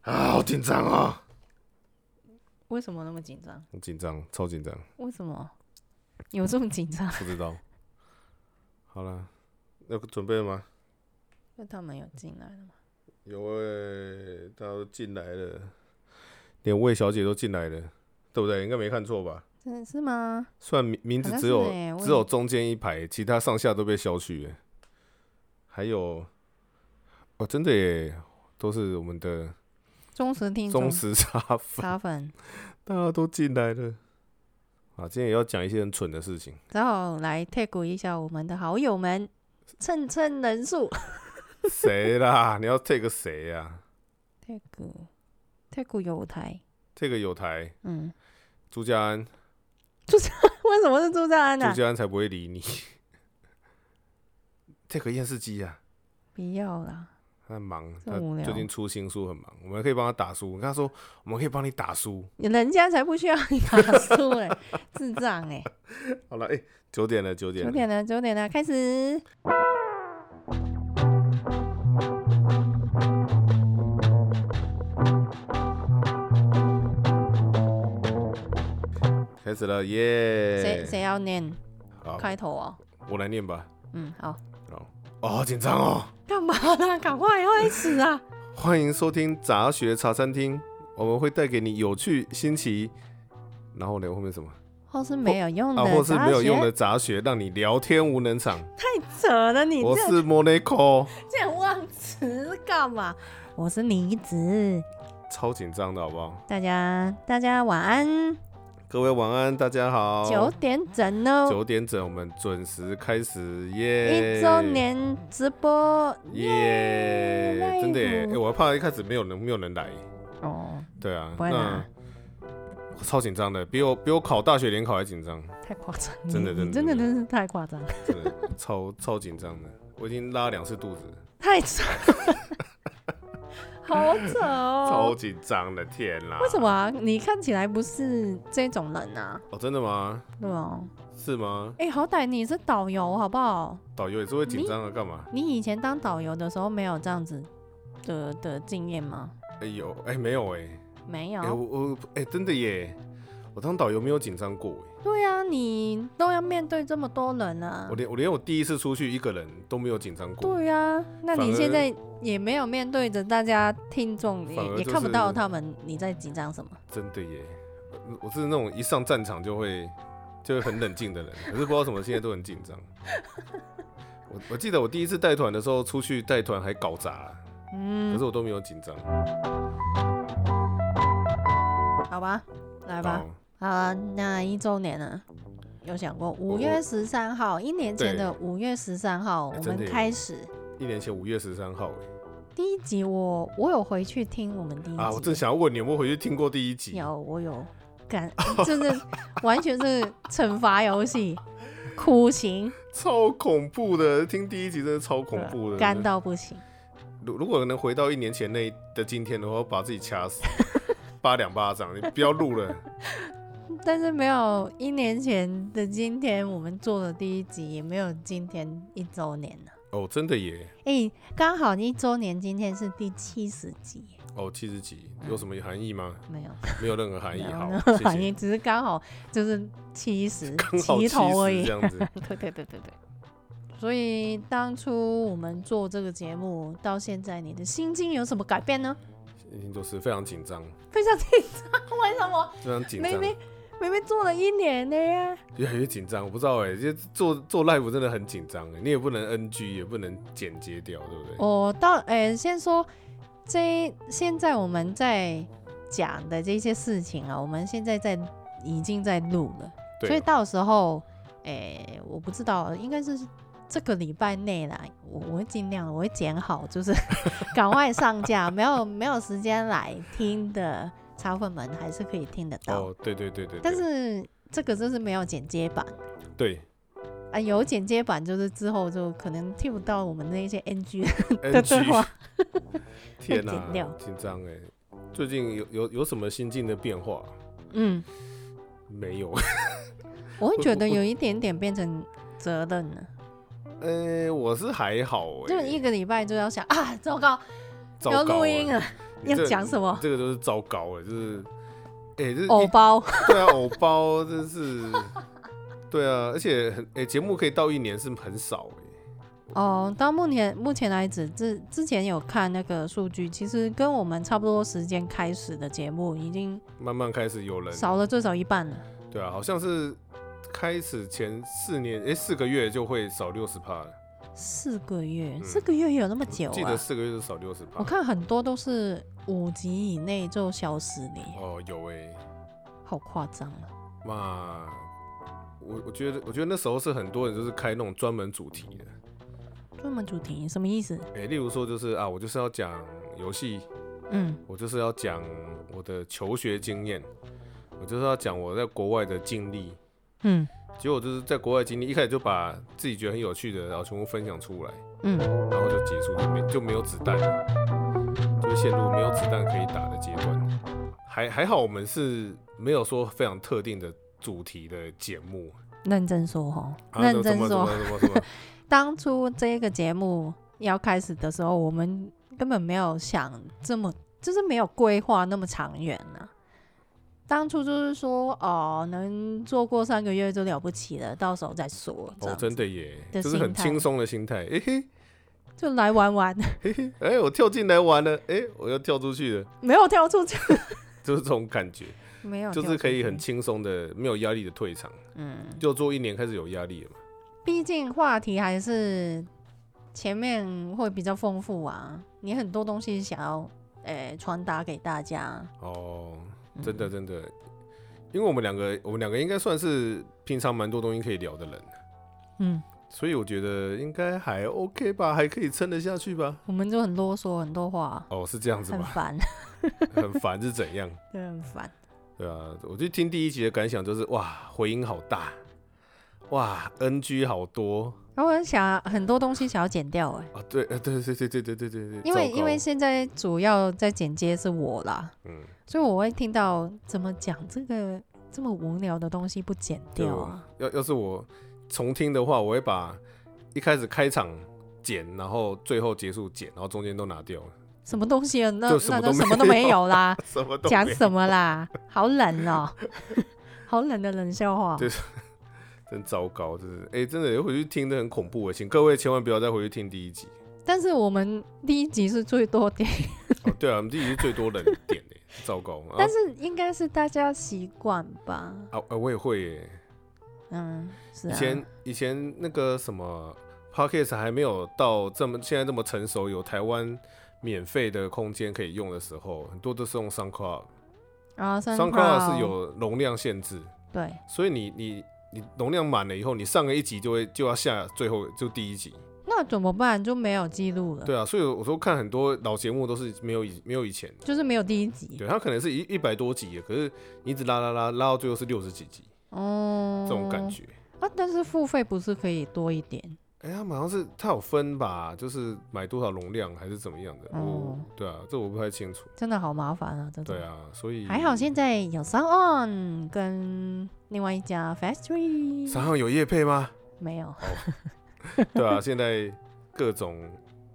好紧张啊！为什么那么紧张？很紧张，超紧张，为什么有这么紧 张？不知道。 好了，要准备了吗？那他们有进来了吗？有哎、他都进来了，连魏小姐都进来了，对不对？应该没看错吧？真的是吗？虽然名名好字像只是有、欸我只有中间一排，其他上下都被消去了。还有，哦，真的耶，都是我们的忠实听众忠，实沙粉，沙粉，大家都进来了。啊，今天也要讲一些很蠢的事情，只好来 tag 一下我们的好友们，蹭蹭人数。谁啦？你要 take 谁呀、啊、 tag tag 有台， ？take 有台嗯，朱家安， 为什么是朱家安朱啊？家安才不会理你。take 验视机呀、不要啦，他很忙，这他无聊最近出新书很忙，我们可以帮他打书。我跟他说，我们可以帮你打书。人家才不需要你打输 哎、智障哎、好了，哎、九点了，九点九了，点了，九点了，开始。开始了，耶！谁谁要念好，开头哦？我来念吧。嗯，好。哦，好紧张哦！干嘛啦？赶快开始啊！欢迎收听杂学茶餐厅，我们会带给你有趣、新奇，然后呢，后面什么或是没有用的啊，杂学，或是没有用的杂学，让你聊天无能场。太扯了！你我这是 Monaco，这样忘词是干嘛？我是离子，超紧张的好不好？大家大家晚安，各位晚安，大家好。九点整哦，九点整，我们准时开始，耶！一周年直播耶耶真的耶、赖欸虎我还怕一开始没有人，没有人来。哦，对啊，不会啦那我超紧张的，比我比我考大学联考还紧张，太夸张了，真的真你真的的真是太夸张，了，真 的超超紧张的。我已经拉两次肚子，太扯，好扯超哦！紧张的，天啦！为什么、？啊、你看起来不是这种人啊？哦，真的吗？对吧？是吗？哎、好歹你是导游好不好？导游也是会紧张的，啊干嘛？你以前当导游的时候没有这样子的的经验吗？哎呦，哎没有哎，没哎有。我我哎真的耶，我当导游没有紧张过哎，对啊，你都要面对这么多人啊我。连我连我第一次出去一个人都没有紧张过，对啊，那反你而现在也没有面对着大家听众，反也而也就看不到是他们你在紧张什么。真的耶，我我是那种一上战场就会就会很冷静的人，可是不知道为什么现在都很紧张。我我记得我第一次带团的时候，出去带团还搞砸，可嗯是，我都没有紧张。好吧，来吧。哦好啊，那一周年了，有想过五月十三号，一年前的五月十三号，哎我真的们耶开始一年前五月十三号哎，第一集我。我有回去听我们第一集，啊，我正想要问你有没有回去听过第一集？有，我有 感，就是完全是惩罚游 戏，苦行，超恐怖的，听第一集真的超恐怖的。啊干到不行。如如果能回到一年前那一的今天的话，我把自己掐死， 扒两巴掌，你不要录了。但是没有一年前的今天，我们做的第一集，也没有今天一周年了。哦，真的耶，哎、刚好一周年，今天是第七十集耶，哦，七十集有什么含义吗？没有，没有任何含没义，有好 没有，谢反谢。应只是 刚好就是七十刚好齐头70而已这。样 子。对对对对对。所以当初我们做这个节目到现在，你的心境有什么改变呢？一定就是非常紧张，非常紧张，为什么？非常紧明张，明明明做了一年了呀，越来越紧张。我不知道哎、这做做 live 真的很紧张哎，你也不能 NG，也不能剪接掉，对不对？我哦到诶、先说这现在我们在讲的这些事情啊，我们现在在已经在录了，对所以到时候诶、我不知道，应该是这个礼拜内啦，我我会尽量，我会剪好，就是 赶快上架，没有没有时间来听的茶粉们还是可以听得到，哦，对对对对对但是这个就是没有剪接版。对， 啊，有剪接版，就是之后就可能听不到我们那一些 NG 的 NG，对话。 天哪、剪掉紧张哎。最近有有有什么心境的变化？嗯，没有， 我会觉得我我有一点点变成责任了，呃、我是还好哎、就一个礼拜就要想啊，糟糕，糟要糕录了音了，你要这讲什么这个都是糟糕了，就是，哎、这偶一包，对啊，偶包真是，对啊，而且很哎，节、目可以到一年是很少哎、哦，到目前目前来止，之之前有看那个数据，其实跟我们差不多时间开始的节目已经慢慢开始有人，少了最少一半了。对啊，好像是开始前四年哎、四个月就会少六十趴，四个月，嗯四个月有那么久记得啊？四个月就少六十我趴，看很多都是五集以内就消失的耶，哦有哎、好夸张啊！哇，我我觉得我觉得那时候是很多人就是开那种专门主题的，专门主题什么意思？哎、例如说就是啊，我就是要讲游戏，嗯，我就是要讲我的求学经验，我就是要讲我在国外的经历。嗯结果就是在国外经历，一开始就把自己觉得很有趣的，然后全部分享出来，嗯，然后就结束，就没就没有子弹了，就陷入没有子弹可以打的阶段。还还好，我们是没有说非常特定的主题的节目。认真说哦，啊认真怎么怎说么，怎么怎么？当初这个节目要开始的时候，我们根本没有想这么，就是没有规划那么长远呢、当初就是说，哦，能做过三个月就了不起了，到时候再说，这 哦，样真的耶，的就是很心态轻松的心态。哎、嘿，就来玩玩，哎、我跳进来玩了，哎、我又跳出去了，没有跳 出去，就是这种感觉，没有，就是可以很，轻松的、没有压力的退场。嗯，就做一年开始有压力了嘛。毕竟话题还是前面会比较丰富啊，你很多东西想要，诶，传达给大家，哦，嗯真的真的，因为我们两个，我们两个应该算是平常蛮多东西可以聊的人，嗯，所以我觉得应该还 OK 吧，还可以撑得下去吧。我们就很啰嗦，很多话，哦，是这样子很吗？烦。很烦是怎样？对，很烦。对啊，我就听第一集的感想就是，哇，回音好大，哇，NG 好多然后我想很多东西想要剪掉哎、啊，对，呃对对对对对对对对，因为糟糕因为现在主要在剪接是我啦，嗯，所以我会听到怎么讲这个这么无聊的东西不剪掉啊，要要是我重听的话，我会把一开始开场剪，然后最后结束剪，然后中间都拿掉了，什么东西啊？那就什那么那都什么都没有啦， 什 么都讲没有什么啦？好冷 哦、好冷的冷笑话。对真糟糕，真是哎、真的回去听的很恐怖哎，请各位千万不要再回去听第一 集。但是我们第一集是最多点，哦，对啊，我们第一集是最多人点哎，糟糕。但是是应该是大家习惯吧？啊啊我也会哎，嗯，是以啊。前以前那个什么 podcast 还没有到这么现在这么成熟，有台湾免费的空间可以用的时候，很多都是用 SoundCloud，SoundCloud 啊，三是有容量限制，对，所以你你你容量满了以后，你上个一集就会就要下最后就第一集。那怎么办？就没有记录了。对啊，所以我说看很多老节目都是没有以没有以前。就是没有第一集对，它可能是一一百多集的，可是你一直拉拉拉拉到最后是六十几集哦，这种感觉。啊。但是付费不是可以多一点？哎、他们好像是它有分吧，就是买多少容量还是怎么样的。哦哦，对啊，这我不太清楚。真的好麻烦啊，这种。对啊，所以还好现在有 s o n 跟另外一家 Factory 三号有业配吗？ 没有。对啊，现在各种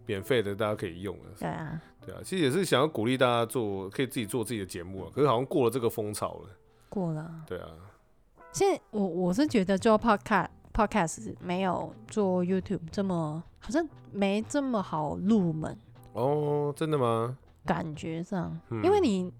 免费的大家可以用了。对啊，对啊，其实也是想要鼓励大家做，可以自己做自己的节目啊。可是好像过了这个风潮了。过了。对啊，现在我我是觉得做 Podcast Podcast 没有做 YouTube 这么好像没这么好入门，哦，真的吗？感觉上，嗯因为你。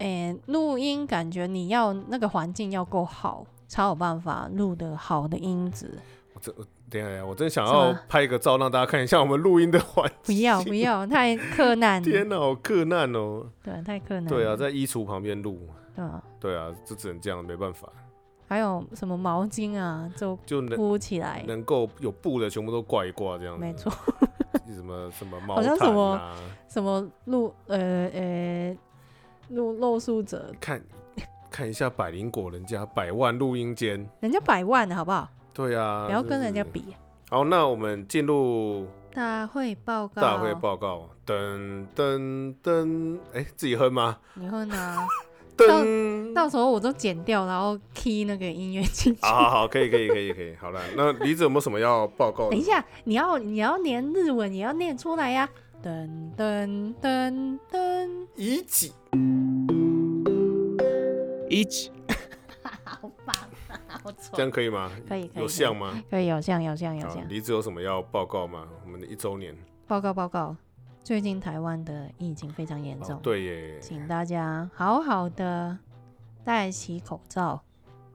诶，录音感觉你要那个环境要够好，才有办法录的好的音质。我真我等一下等一下，我真想是吗要拍一个照让大家看一下我们录音的环不 要不要，太克难，天哪，好困难哦！对，太克难。对啊，，在衣橱旁边录，对啊，对啊，就只能这样，没办法，还有什么毛巾啊，就就能铺起来，能够有布的全部都挂一挂这样没子，错。 什么什么毛好像什毯么啊，什么露呃呃露露宿者，看看一下百灵果人家百万录音间，人家百万好不好？对啊，不要跟人家真是。比。好，那我们进入大会报告，大会，报告，噔噔噔，哎，自己哼吗？你会拿， 噔，到时候我都剪掉，然后 key 那个音乐进 去。好好好，可以可以可以可以，好了，那李子有没有什么要报告？等一，下，你要你要连日文也要念出来呀、噔噔噔噔，一起。 each 好棒啊！好这丑，样可以吗？可以可以，有像吗？可以有像有像有好，像。离子有什么要报告吗？我们的一周年，报告报告，最近台湾的疫情非常严重哦，对耶，请大家好好的戴起口罩，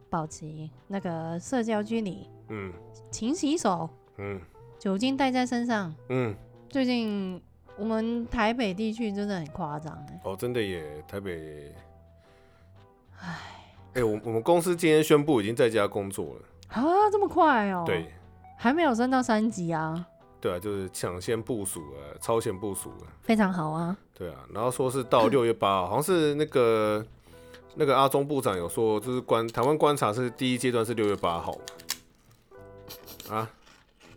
保持那个社交距离，嗯勤洗手，嗯酒精带在身上。嗯，最近我们台北地区真的很夸张哎，哦，真的耶，台北，哎、我我们公司今天宣布已经在家工作了，啊，这么快哦、对，还没有升到三级啊，对啊，就是抢先部署了，超前部署了，非常好啊。对啊，然后说是到六月八号，好像是那个那个阿中部长有说，就是观台湾观察是第一阶段是六月八号嘛，啊，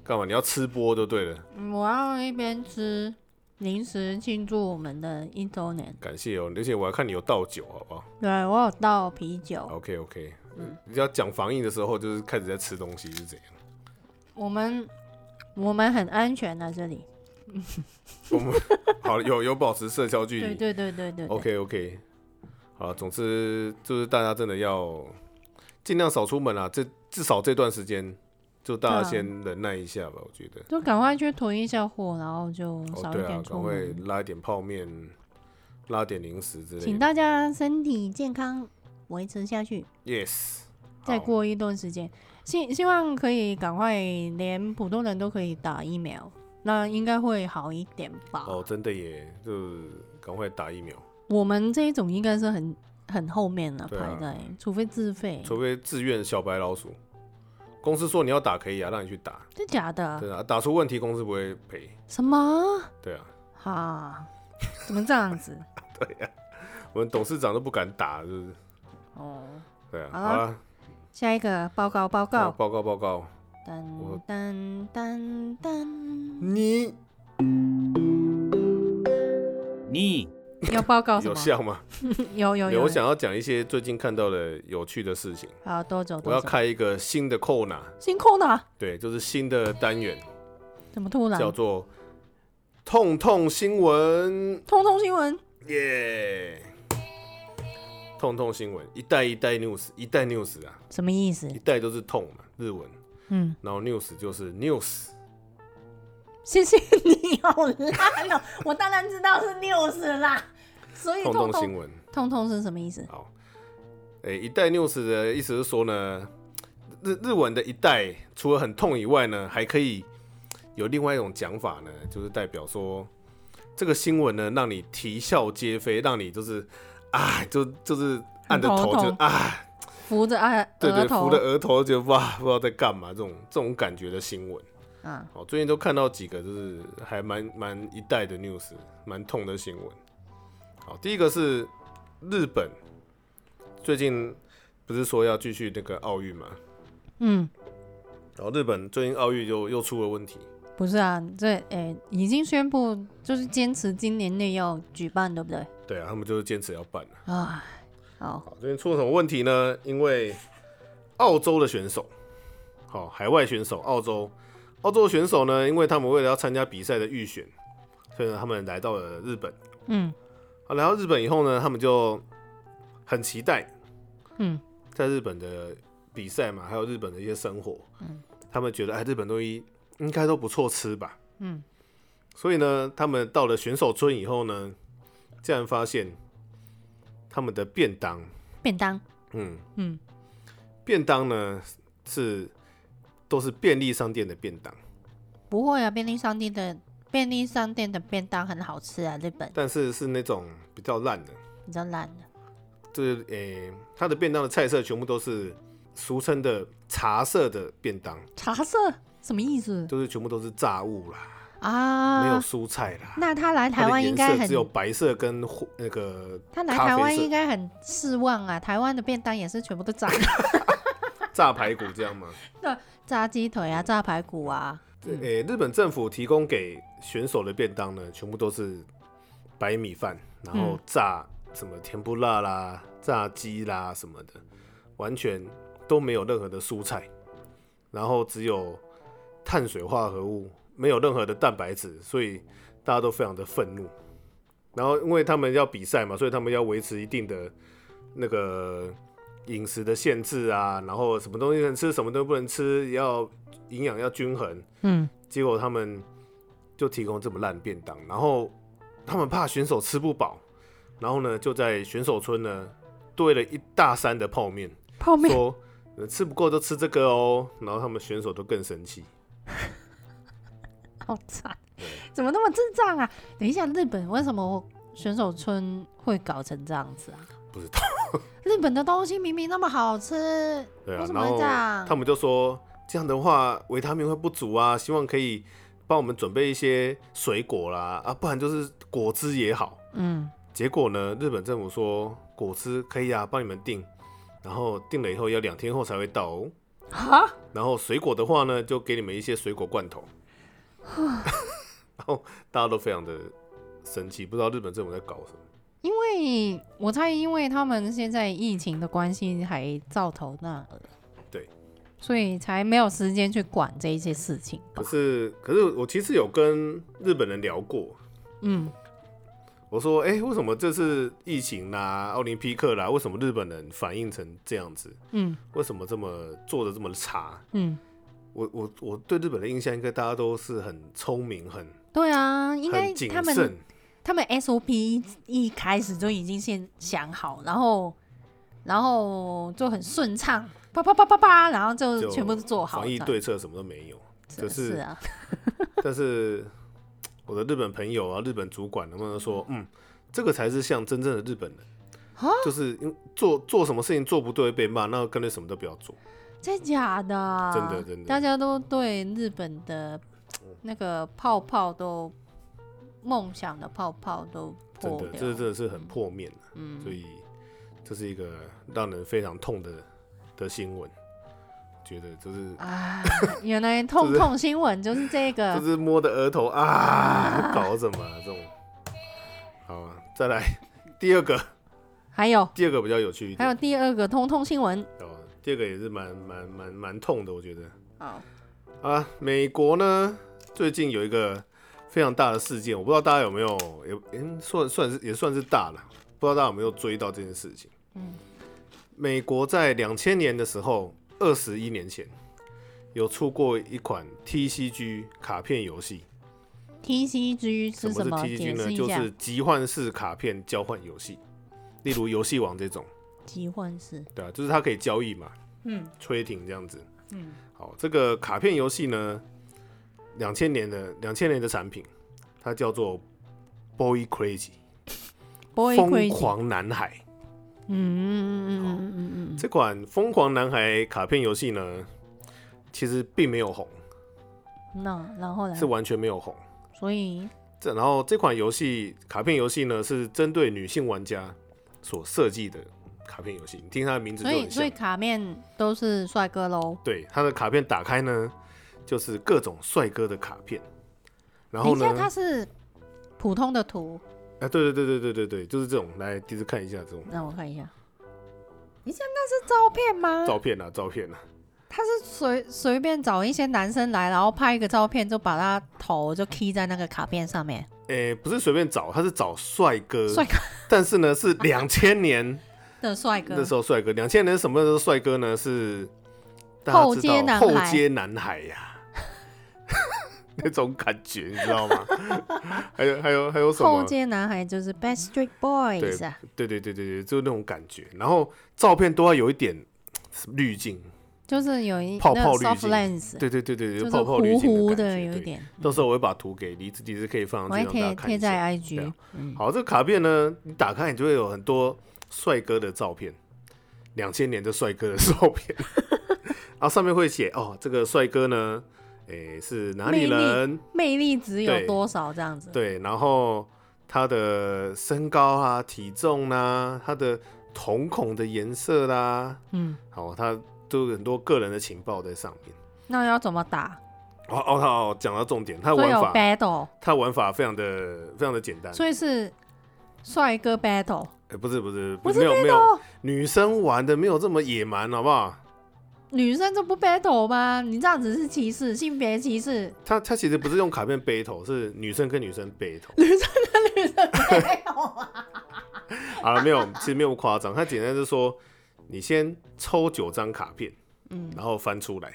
干嘛你要吃播就对了，嗯我要一边吃零食庆祝我们的一周年，感谢哦，而且我还看你有倒酒，好不好？对我有倒啤酒， OK OK，哦嗯你要讲防疫的时候，就是开始在吃东西是怎样？我们我们很安全啊，这里。我们好有有保持社交距对离。对对对对对 OK OK，好，总之就是大家真的要尽量少出门啊，这至少这段时间就大家对啊先忍耐一下吧，我觉得。就赶快去囤一下货，然后就哦，少对一啊，点赶出快门。拉一点泡面，拉点零食之类请的。大家身体健康，维持下去。 Yes，再好过一段时间，希希望可以赶快连普通人都可以打疫苗，那应该会好一点吧。哦，真的耶，就是赶快打疫苗，我们这一种应该是很很后面了，对啊排在，除非自费，除非自愿小白老鼠，公司说你要打可以啊，让你去打，真假的？对啊，打出问题公司不会赔，什么？对啊。哈、怎么这样子？我们董事长都不敢打，是不是？哦，对啊，好好啊啦，下一个报告报那告，报告报告，噔我噔噔 噔，你你要报告什有么？像吗？ 有有对有，我想要讲一些最近看到的有趣的事情。好多走我多要走。开一个新的扣 o 星空呢？对，就是新的单元，怎么突然？叫做“痛痛新闻通通新闻，”，耶！痛痛新闻，一代一代 news，一代 news 啊，什么意思一？代都是痛嘛，日文，嗯，然后 news 就是 news， 谢谢你，好烂哦！ 我当然知道是 news 啦，所以痛通痛通新闻。通通是什么意思？好，诶、一代 news 的意思是说呢，日日文的一代除了很痛以外呢，还可以有另外一种讲法呢，就是代表说这个新闻呢，让你啼笑皆非，让你就是啊，就就是按着很头头就痛啊，扶着啊对额对，头扶着额头就哇，不知道在干嘛，这种这种感觉的新闻。啊，哦，最近都看到几个就是还蛮蛮一代的 news，蛮痛的新闻。好，第一个是日本，最近不是说要继续那个奥运嘛？嗯，然后日本最近奥运又又出了问题，不是啊，这诶、已经宣布就是坚持今年内要举办，对不对？对啊，他们就是坚持要办了。啊，好，好，最近出了什么问题呢？因为澳洲的选手，好、海外选手，澳洲澳洲的选手呢，因为他们为了要参加比赛的预选，所以呢，他们来到了日本。嗯好，来到日本以后呢，他们就很期待嗯，在日本的比赛嘛，还有日本的一些生活，嗯他们觉得哎，日本东西应该都不错吃吧，嗯，所以呢，他们到了选手村以后呢，竟然发现他们的便当，便当，嗯，嗯，便当呢是都是便利商店的便当，不会啊，便利商店的便利商店的便当很好吃啊，日本但是是那种比较烂的，比较烂的，就是诶、它的便当的菜色全部都是俗称的茶色的便当，茶色什么意思就是全部都是炸物啦，啊？没有蔬菜啦。那他来它台的湾应颜该色很只，有白色跟灰那个他来咖台啡湾色应该很失望啊！台湾的便当也是全部都炸 炸排骨这样吗？炸鸡腿啊，炸排骨啊，诶、日本政府提供给选手的便当呢，全部都是白米饭，然后嗯炸什么甜不辣啦、炸鸡啦什么的，完全都没有任何的蔬菜，然后只有碳水化合物，没有任何的蛋白质，所以大家都非常的愤怒。然后因为他们要比赛嘛，所以他们要维持一定的那个饮食的限制啊，然后什么东西能吃，什么都不能吃，要营养要均衡。嗯，结果他们就提供这么烂的便当，然后他们怕选手吃不饱，然后呢就在选手村呢堆了一大山的泡面，泡面说呃吃不够就吃这个哦，然后他们选手都更生气。好惨，怎么那么智障啊？等一下，日本为什么选手村会搞成这样子啊？不知 道，日本的东西明明那么好吃，对啊为，什然么会后这样？他们就说这样的话维他命会不足啊，希望可以帮我们准备一些水果啦，啊，不然就是果汁也好。嗯，结果呢，日本政府说果汁可以啊，帮你们订，然后订了以后要两天后才会到哦。哈，然后水果的话呢，就给你们一些水果罐头。然后大家都非常的生气，不知道日本政府在搞什么。因为我猜，因为他们现在疫情的关系，还照头那耳，对，所以才没有时间去管这一些事情吧可。是，可是我其实有跟日本人聊过，嗯，我说，哎、为什么这次疫情啦、奥林匹克啦，为什么日本人反应成这样子？嗯为什么这么做的这么差？嗯，我我我对日本的印象，应该大家都是很聪明、很对啊，应该很谨他们慎，他们 SOP 一一开始就已经先想好，然后然后就很顺畅，啪啪啪啪啪，然后就就嗯全部都做好。防疫这样，对策什么都没有。是就是是啊，但是我的日本朋友啊，日本主管他们都说，嗯，这个才是像真正的日本人啊，就是因为做做什么事情做不对被骂，那干脆什么都不要做。真假的？真的嗯真的大家都对日本的那个泡泡都梦想的泡泡都真破的，掉，这真的是很破面的、嗯所以这是一个让人非常痛的的新闻，觉得就是、啊，原来痛痛新闻就是 这就个，是摸着额头啊，搞什么啊、这种。好啊，再来第二个，还有第二个比较有趣一还有点，第二个痛痛新闻，好啊第二个也是蛮蛮蛮蛮痛的，我觉得好，啊，美国呢最近有一个非常大的事件，我不知道大家有没有，也嗯算算是也算是大了，不知道大家有没有追到这件事情。嗯，美国在两千年的时候，二十一年前有出过一款 TCG 卡片游戏。 TCG 是什什么么？是 TCG 解呢？释一就下。是集换式卡片交换游戏，例如游戏王这种，集换式，对啊，就是它可以交易嘛，嗯吹停这样子。嗯，好，这个卡片游戏呢，两千年的两千年的产品，它叫做 Boy Crazy， ，boy 疯 crazy，狂男孩。嗯嗯嗯嗯嗯嗯嗯，这款疯狂男孩卡片游戏呢，其实并没有红，那然后呢？是完全没有红。所以这然后这款游戏卡片游戏呢，是针对女性玩家所设计的卡片游戏。你听它的名字就所以很所以像。卡面都是帅哥喽。对，它的卡片打开呢，就是各种帅哥的卡片。然等后一下，它呢？是普通的图，啊，对对对对对对对，就是这种。来，第一次看一下这种让我看一下。你现在那是照片吗？照片啊，照片啊，他是随随便找一些男生来，然后拍一个照片，就把他头就 key 在那个卡片上面。诶，不是随便找，他是找帅哥，帅哥但是呢是两千 年的帅哥那，时候帅哥，两千年什么时候帅哥呢？是大家知道后街男孩后街男孩呀、 那种感觉你知道吗？还有还有还有什后么？街男孩就是 Backstreet Boys 啊。对对对对对，就是那种感觉。然后照片都要有一点滤镜，就是有一泡那泡个滤 soft 镜 lens，对对对对就对，是泡泡滤糊镜糊感觉。的，有一对。点。到时候我会把图给你，自己是可以放我上还去让大贴家看一贴下。在对 IG，啊嗯，好，这个卡片呢，你打开你就会有很多帅哥的照片，两千年的帅哥的照片， 然后上面会写哦，这个帅哥呢，诶、是哪里人？魅力值有对多少这样子？对，然后他的身高啊、体重啊、他的瞳孔的颜色啦、嗯，好，他都有很多个人的情报在上面。那要怎么打？哦哦，好，讲到重点，他的所以玩有法， battle，他玩法非常的非常的简单，所以是帅哥 battle，诶不是不是不是没有没有 battle 女生玩的没有这么野蛮，好不好？女生就不 battle 吗？你这样子是歧视，性别歧视。他他其实不是用卡片 battle，是女生跟女生 battle。女生跟女生 battle 啊？好了，没有，其实没有夸张，他简单是说，你先抽九张卡片，嗯然后翻出来，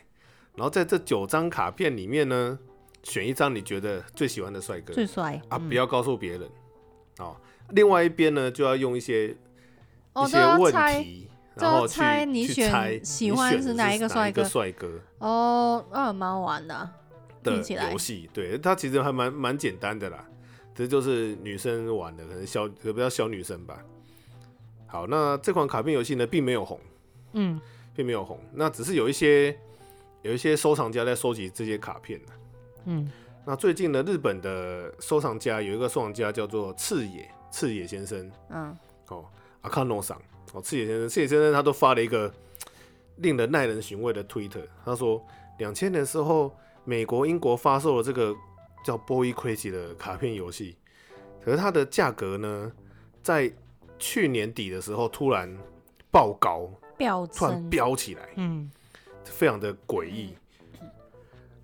然后在这九张卡片里面呢，选一张你觉得最喜欢的帅哥最嗯帅啊，不要告诉别人哦。另外一边呢，就要用一些哦一都些要问猜题，都然要后去猜你去选猜喜你欢选是的哪是一个哪帅一个哥帅哥哦，那蛮好玩的啊。的听起来游戏，对它其实还蛮蛮简单的啦，这就是女生玩的，可能小可能比较小女生吧。好，那这款卡片游戏呢，并没有红，嗯，并没有红，那只是有一些有一些收藏家在收集这些卡片啊嗯，那最近呢，日本的收藏家有一个收藏家叫做赤野赤野先生嗯，哦，阿卡诺桑哦，赤野先生，赤野先生他都发了一个令人耐人寻味的推特，他说两千年时候，美国、英国发售了这个叫 Boy Crazy 的卡片游戏，可是它的价格呢，在去年底的时候突然爆高，嗯表突然征，飙起来。嗯，非常的诡异。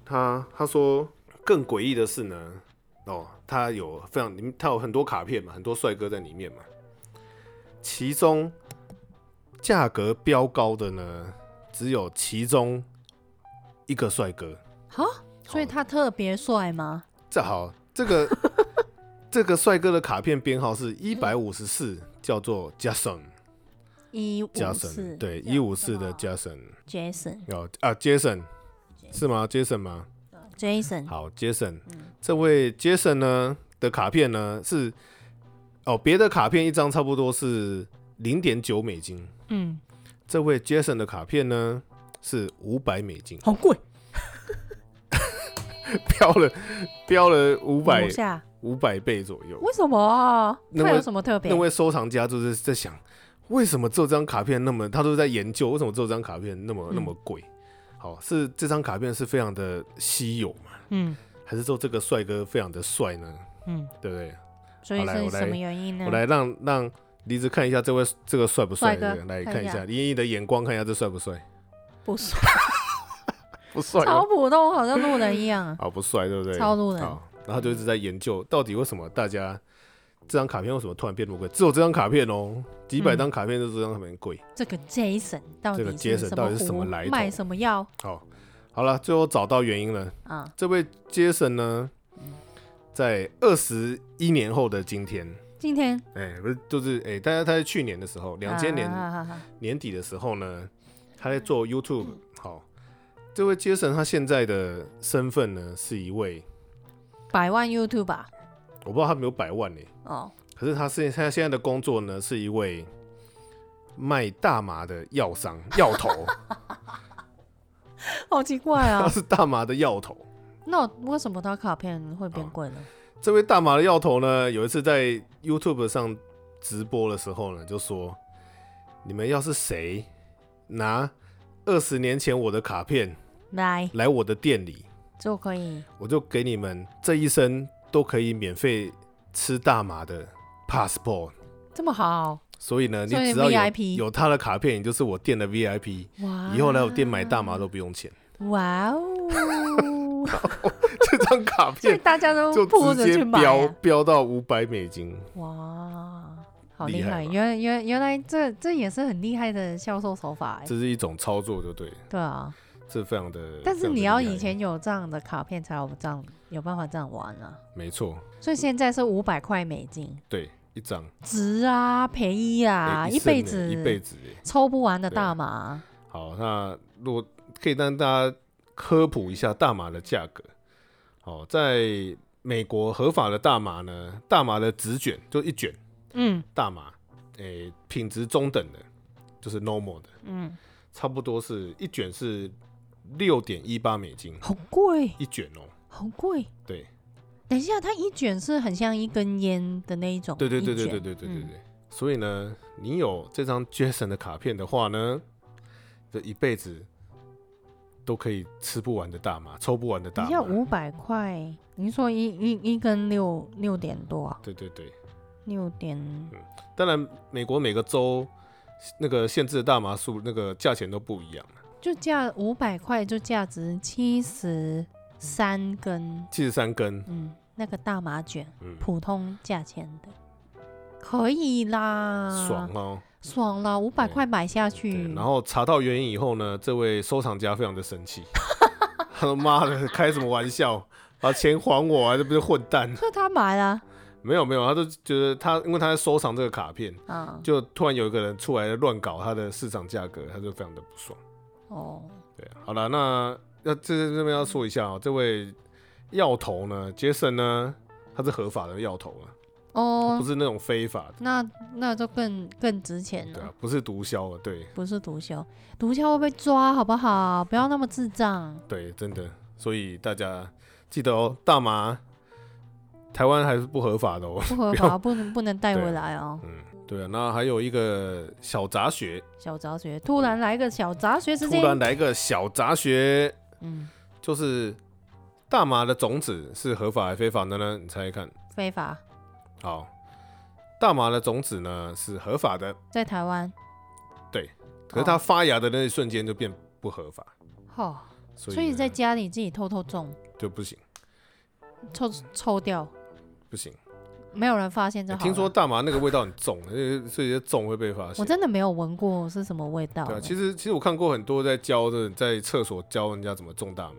他他说更诡异的是呢，哦，他有非常，他有很多卡片嘛，很多帅哥在里面嘛。其中价格标高的呢，只有其中一个帅哥。好，所以他特别帅吗？这好，这个 这个帅哥的卡片编号是一百五十四，叫做 Jason 一五四， Jason，对，一五四的啊 Jason， Jason 哦啊 Jason 是吗？Jason 吗？ Jason，好，Jason，、这位 Jason 呢的卡片呢是哦，别的卡片一张差不多是零点九美金，嗯，，这位 Jason 的卡片呢是五百美金好贵，标了标了五百五下，五百倍左右。为什么啊？那他有位什么特别那？位收藏家就是在想，为什么这张卡片那么，他都在研究为什么这张卡片那么嗯那么贵。好，是这张卡片是非常的稀有嘛，嗯还是说这个帅哥非常的帅呢？嗯，对不对？所以好来是我什来么原因呢我？来让让梨子看一下这位这个帅不帅？嗯帅哥对来看看一一下下，以你的眼光看一下这帅不帅？不帅，不帅超吗，普通，好像路人一样啊。好不帅，对不对？超路人好，然后就一直在研究到底为什么大家这张卡片为什么突然变那么贵？只有这张卡片哦，几百张卡片就这张卡片贵。 这个 Jason 到底这个是 Jason 什到么底是什么狐来头卖什么药好，好了，最后找到原因了。啊？这位杰森呢，在二十一年后的今天，今天哎、不是就是哎，大家他在去年的时候，两千年啊啊啊啊年底的时候呢，他在做 YouTube。好，这位杰森他现在的身份呢，是一位百万 YouTube 啊吧？我不知道他有没有百万呢，哦，可是他是他现在的工作呢，是一位卖大麻的药商药头，好奇怪啊 他！是大麻的药头。那我为什么他卡片会变贵呢？这位大麻的药头呢，有一次在 YouTube 上直播的时候呢，就说：“你们要是谁拿二十年前我的卡片来来我的店里，就可以我就给你们这一生都可以免费吃大麻的 passport。这么好所以呢，你所以只要有 VIP 有他的卡片，你就是我店的 VIP。哇！以后来我店买大麻都不用钱。 哇哦！这张卡所以片大家都就扑直着去接买标啊、标到五百美金。哇，好厉厉害害！吧原原原来这这也是很厉害的销售手法哎、这是一种操作，就对了，对啊，这非常的。但是非你常要的厉害以前有这样的卡片，才有这样有办法这样玩啊。没错，所以现在是五百块美金，对一张值啊，便宜啊，诶一生辈呢子哎一辈子耶。抽不完的对大麻。好，那如果可以让大家科普一下大麻的价格。哦，在美国合法的大麻呢，大麻的纸卷就一卷嗯大麻，诶、品质中等的，就是 normal 的，嗯，差不多是一卷是六点一八美金好贵，一卷哦、好贵。对，等一下，它一卷是很像一根烟的那一种，对对对一对卷对对对对嗯对。所以呢，你有这张 Jason 的卡片的话呢，这一辈子都可以吃不完的大麻，抽不完的大你要麻。五百块，您说一一一根六六点多啊？对对对，六点当然美国每个州那个限制的大麻数那个价钱都不一样了就价五百块就价值七十三根，七十三根，嗯，那个大麻卷嗯，普通价钱的，可以啦，爽哦。爽啦，五百对块买下对去，，然后查到原因以后呢，这位收藏家非常的生气， 他说：“妈的，开什么玩笑？把钱还我啊！这不是混蛋所以他买了？”没有没有，他就觉得他，因为他在收藏这个卡片，啊，就突然有一个人出来乱搞他的市场价格，他就非常的不爽。哦，对，好了，那要这这边要说一下哦，这位药头呢，Jason 呢，他是合法的药头啊，不哦，是那种非法的，那那就更更值钱对了啊。，不是毒枭啊，对不是毒枭，毒枭会被抓，好不好？不要那么智障。对，真的，所以大家记得哦，大麻台湾还是不合法的哦。不合不法，不能不能带回来哦。嗯，对啊，那还有一个小杂学，小杂学突然来个小杂学时突间，然来个小杂学，嗯，就是大麻的种子是合法还是非法的呢？你猜猜看。非法好，大麻的种子呢是合法的，在台湾，可是它发芽的那一瞬间就变不合法，哦，所以所以呢在家里自己偷偷种，就不行抽抽掉，不行。没有人发现就好哎了。听说大麻那个味道很重， 呃所以重会被发我现。真的没有闻过是什么味道对啊，的。其实其实我看过很多在教的，在厕所教人家怎么种大麻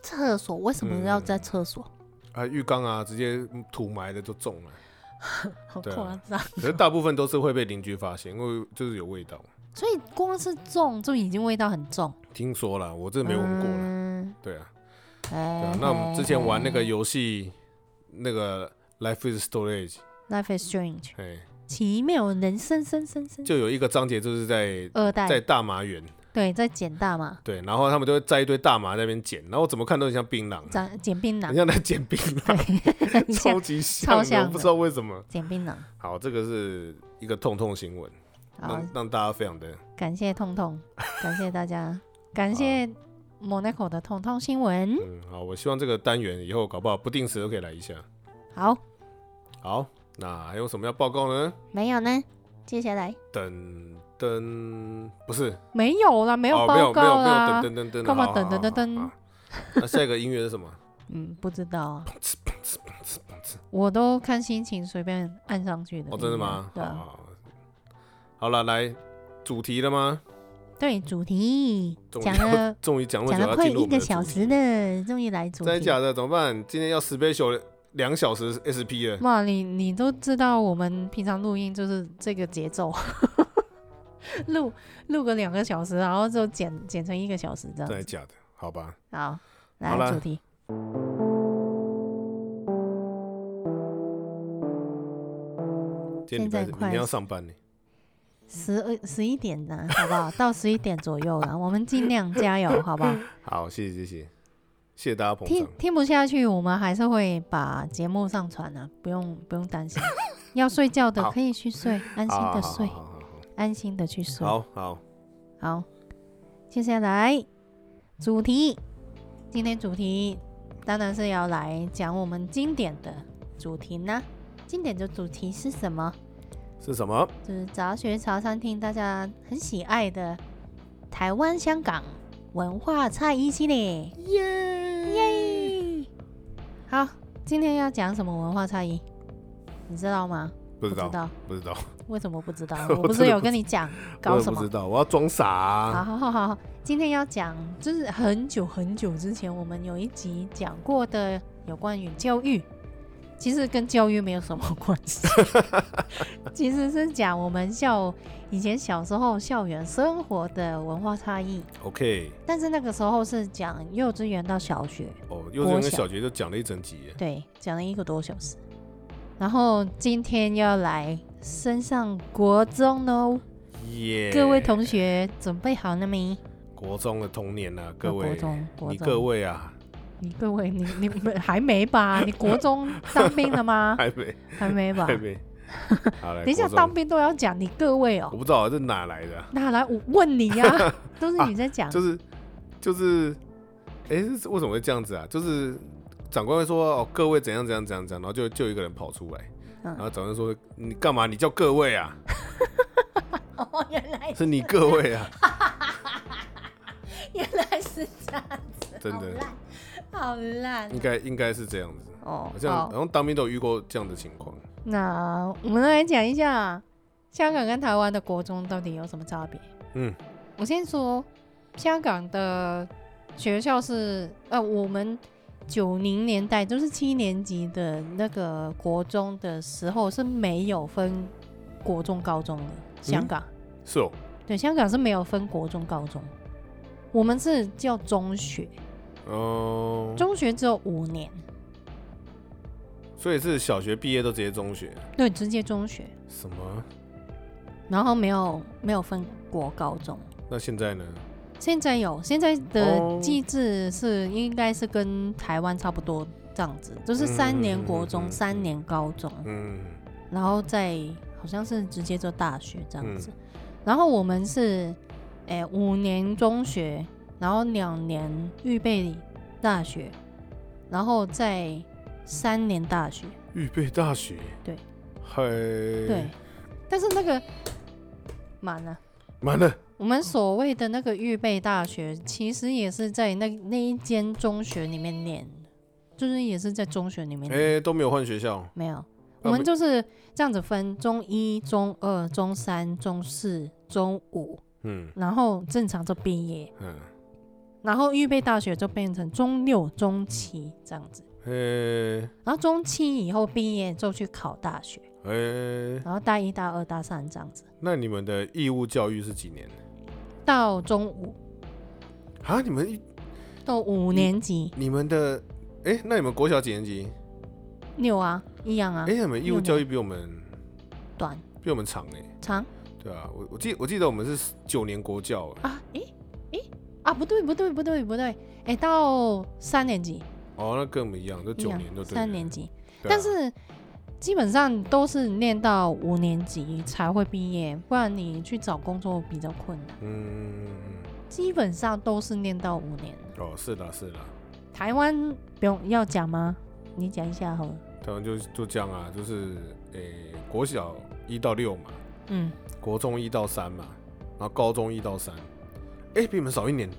厕所为什么要在嗯厕所？啊，浴缸啊，直接土埋的就种 了。好对啊夸张！可是大部分都是会被邻居发现，因为就是有味道。所以光是种就已经味道很重。听说啦，我真的没闻过啦。嗯对啊，对哎啊，那我们之前玩那个游戏，那个 Life is Storage， Life is Strange，哎，奇妙人生，生生生。就有一个章节就是在二代在大麻园，对，在捡大麻，对，然后他们就会摘一堆大麻在那边捡，然后我怎么看都很像槟榔，长捡槟很榔，像在捡槟榔， 很嗯超像级像的，超像的我不知道为什么。捡槟榔。好，这个是一个痛痛新闻，好让，让大家非常的感谢 痛痛，感谢大家，感谢 Monaco 的痛痛新闻。嗯好。我希望这个单元以后搞不好不定时都可以来一下。好，好，那还有什么要报告呢？没有呢，接下来噔噔，不是，没有啦，没没没有有报没有告没有啦。噔噔噔噔，干嘛好好好噔噔噔噔好好那下一个音乐是什么？嗯，不知道啊，砰哧砰哧砰哧砰哧。我都看心情随便按上去的。哦，真的吗？对啊，好好好好了，来主题了吗？对，主题终于讲了 终于讲那么讲久，了要快进入我一们的个主小题时，了，终于来主真的题。假的？怎么办？今天要 special 两小时 SP 了，哇，你你都知道，我们平常录音就是这个节奏， 录录个两个小时，然后就剪剪成一个小时这真的样子。假的？好吧，好，好啦来主题。今天礼拜现在日明快天要上班呢。十二十一点呢，好不好？到十一点左右了，我们尽量加油，好 不好？好，谢谢谢谢，谢谢大家捧听场。听不下去，我们还是会把节目上传啊，不用不用担心。要睡觉的好可以去睡，安心好的好好睡，好好安心的去睡。好好好，好，接下来主题，今天主题当然是要来讲我们经典的主题呢。经典的主题是什么？是什么？就是杂学茶餐厅大家很喜爱的台湾、香港文化差异系列。耶！嗯好，今天要讲什么文化差异？你知道吗？不知不道知道，不知道，为什么 ？不知道我我不真是的有不跟知你讲我搞也什不么知？道，我要装傻好啊。好好好，好，今天要讲就是很久很久之前我们有一集讲过的有关于教育，其实跟教育没有什么关 系，其实是讲我们校以前小时候校园生活的文化差异， OK，但是那个时候是讲幼稚园到小学，哦，幼稚园国跟小小学就讲了一整集耶。对，讲了一个多小时，然后今天要来升上国中喽，耶！各位同学准备好了没？国中的童年啊，各呃国位，中，国你中。各位啊，你各位，你 你们还没吧？你国中当兵 了吗？还没，还没啊吧？还没。好来， 等一下国中当兵都要讲你各位哦、我不知道这哪来的啊、哪来？我问你 呀、都是你在讲、就是就是，哎、是为什么会这样子啊？就是长官会说哦，各位怎样怎样怎样怎样，然后就就有一个人跑出来，然后嗯，长官说你干嘛？你叫各位啊？ 哦，原来是你各位啊？该是这样子，真的好烂，好烂应该应该是这样子。哦。好像好好，像当兵都有遇过这样的情况。那我们来讲一下香港跟台湾的国中到底有什么差别？嗯，我先说香港的学校是呃，我们九零年代就是七年级的那个国中的时候是没有分国中高中的，香港、是哦，对香港是没有分国中高中，我们是叫中学，哦、中学只有五年，所以是小学毕业都直接中学，对，直接中学，什么？然后没有没有分国高中。那现在呢？现在有，现在的哦机制是应该是跟台湾差不多这样子，就是三年国嗯中，嗯嗯嗯嗯三年高中，嗯，然后再好像是直接就大学这样子。嗯然后我们是，诶、五年中学，然后两年预备大学，然后再三年大学。预备大学。对。嗨。嗯对，，但是那个满了、啊满了。我们所谓的那个预备大学，其实也是在那那一间中学里面念的，就是也是在中学里面哎、念。都没有换学校。没那有，我我们们就是这样子分：中一、中二、中三、中四、中五，嗯然后正常就毕业，嗯。然后预备大学就变成中六、中七这样子。哎、然后中七以后毕业就去考大学，哎、然后大一、大二、大三这样子，那你们的义务教育是几年？到中五啊，你们到五年级你们的，哎、那你们国小几年级？六啊，一样啊哎、，你们义务教育比我们短比我们长哎、长。对啊，我我记我记得我们是九年国教、哎啊，诶诶啊，不对不对不对不对，诶，到三年级，哦，那跟我们一样，都一九样年就对了。三年级，对啊但是基本上都是念到五年级才会毕业，不然你去找工作比较困难。嗯，基本上都是念到五年的。哦，是的，是的，台湾不用要讲吗？你讲一下好了。台湾就就这样啊，就是诶、国小一到六嘛，嗯，国中一到三嘛，然后高中一到三，哎、比你们少一年，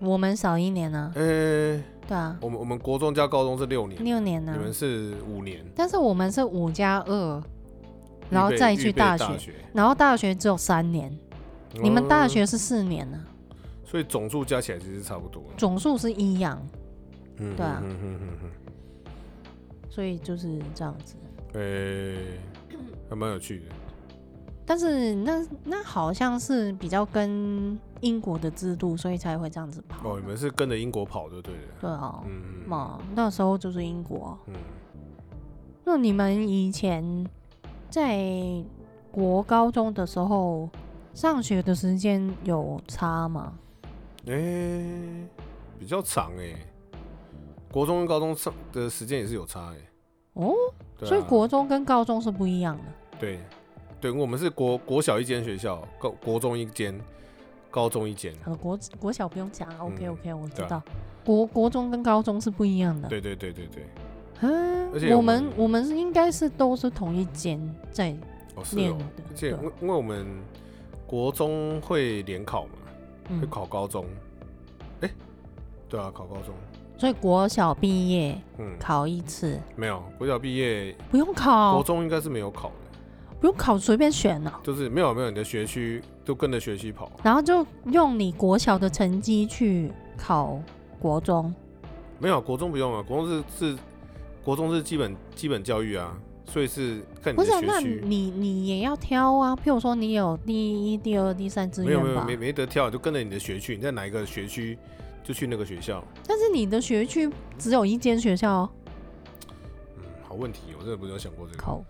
我们少一年呢、呃、对啊，我们我们国中加高中是六年，六年啊呢、你们是五年，但是我们是五加二，然后预备再去预备大大哦学然后大学只有三年，你们大学是四年啊呢、嗯所以总数加起来其实差不多，总数是一样，嗯对啊嗯嗯嗯嗯所以就是这样子。嗯，诶、还蛮有趣的，但是那那好像是比较跟英国的制度，所以才会这样子跑。哦，你们是跟着英国跑就对了，对哦，嗯，嗯嘛、那时候就是英国。嗯，那你们以前在国高中的时候上学的时间有差吗？哎、比较长哎、国中跟高中上的时间也是有差哎、哦，对啊所以国中跟高中是不一样的。对对，我们是国国小一间学校，高国中一间，高中一间，呃，国国小不用讲，OK OK，我知对啊道。国国中跟高中是不一样的。对对对对对，嗯而且我我们们我们是应该是都是同一间在哦是念哦，的，而且对因，为因为我们国中会联考嘛，会嗯，考高中，哎、对啊，考高中，所以国小毕业嗯，考哦一次，没有国小毕业，不用国考，中应该是没有考的，不用考，随便选了、哦就是没有没有你的学区都跟着学区跑，然后就用你国小的成绩去考国中，没有国中不用啊，国中是是国中是基本基本教育啊，所以是看你不的是啊、学那区。你你也要挑啊，譬如说你有第一、第二、第三志没有没愿有吧没，没得挑，就跟着你的学区，你在哪一个学区就去那个学校。但是你的学区只有一间学校哦，嗯，好问题，我真的没有想过这个。考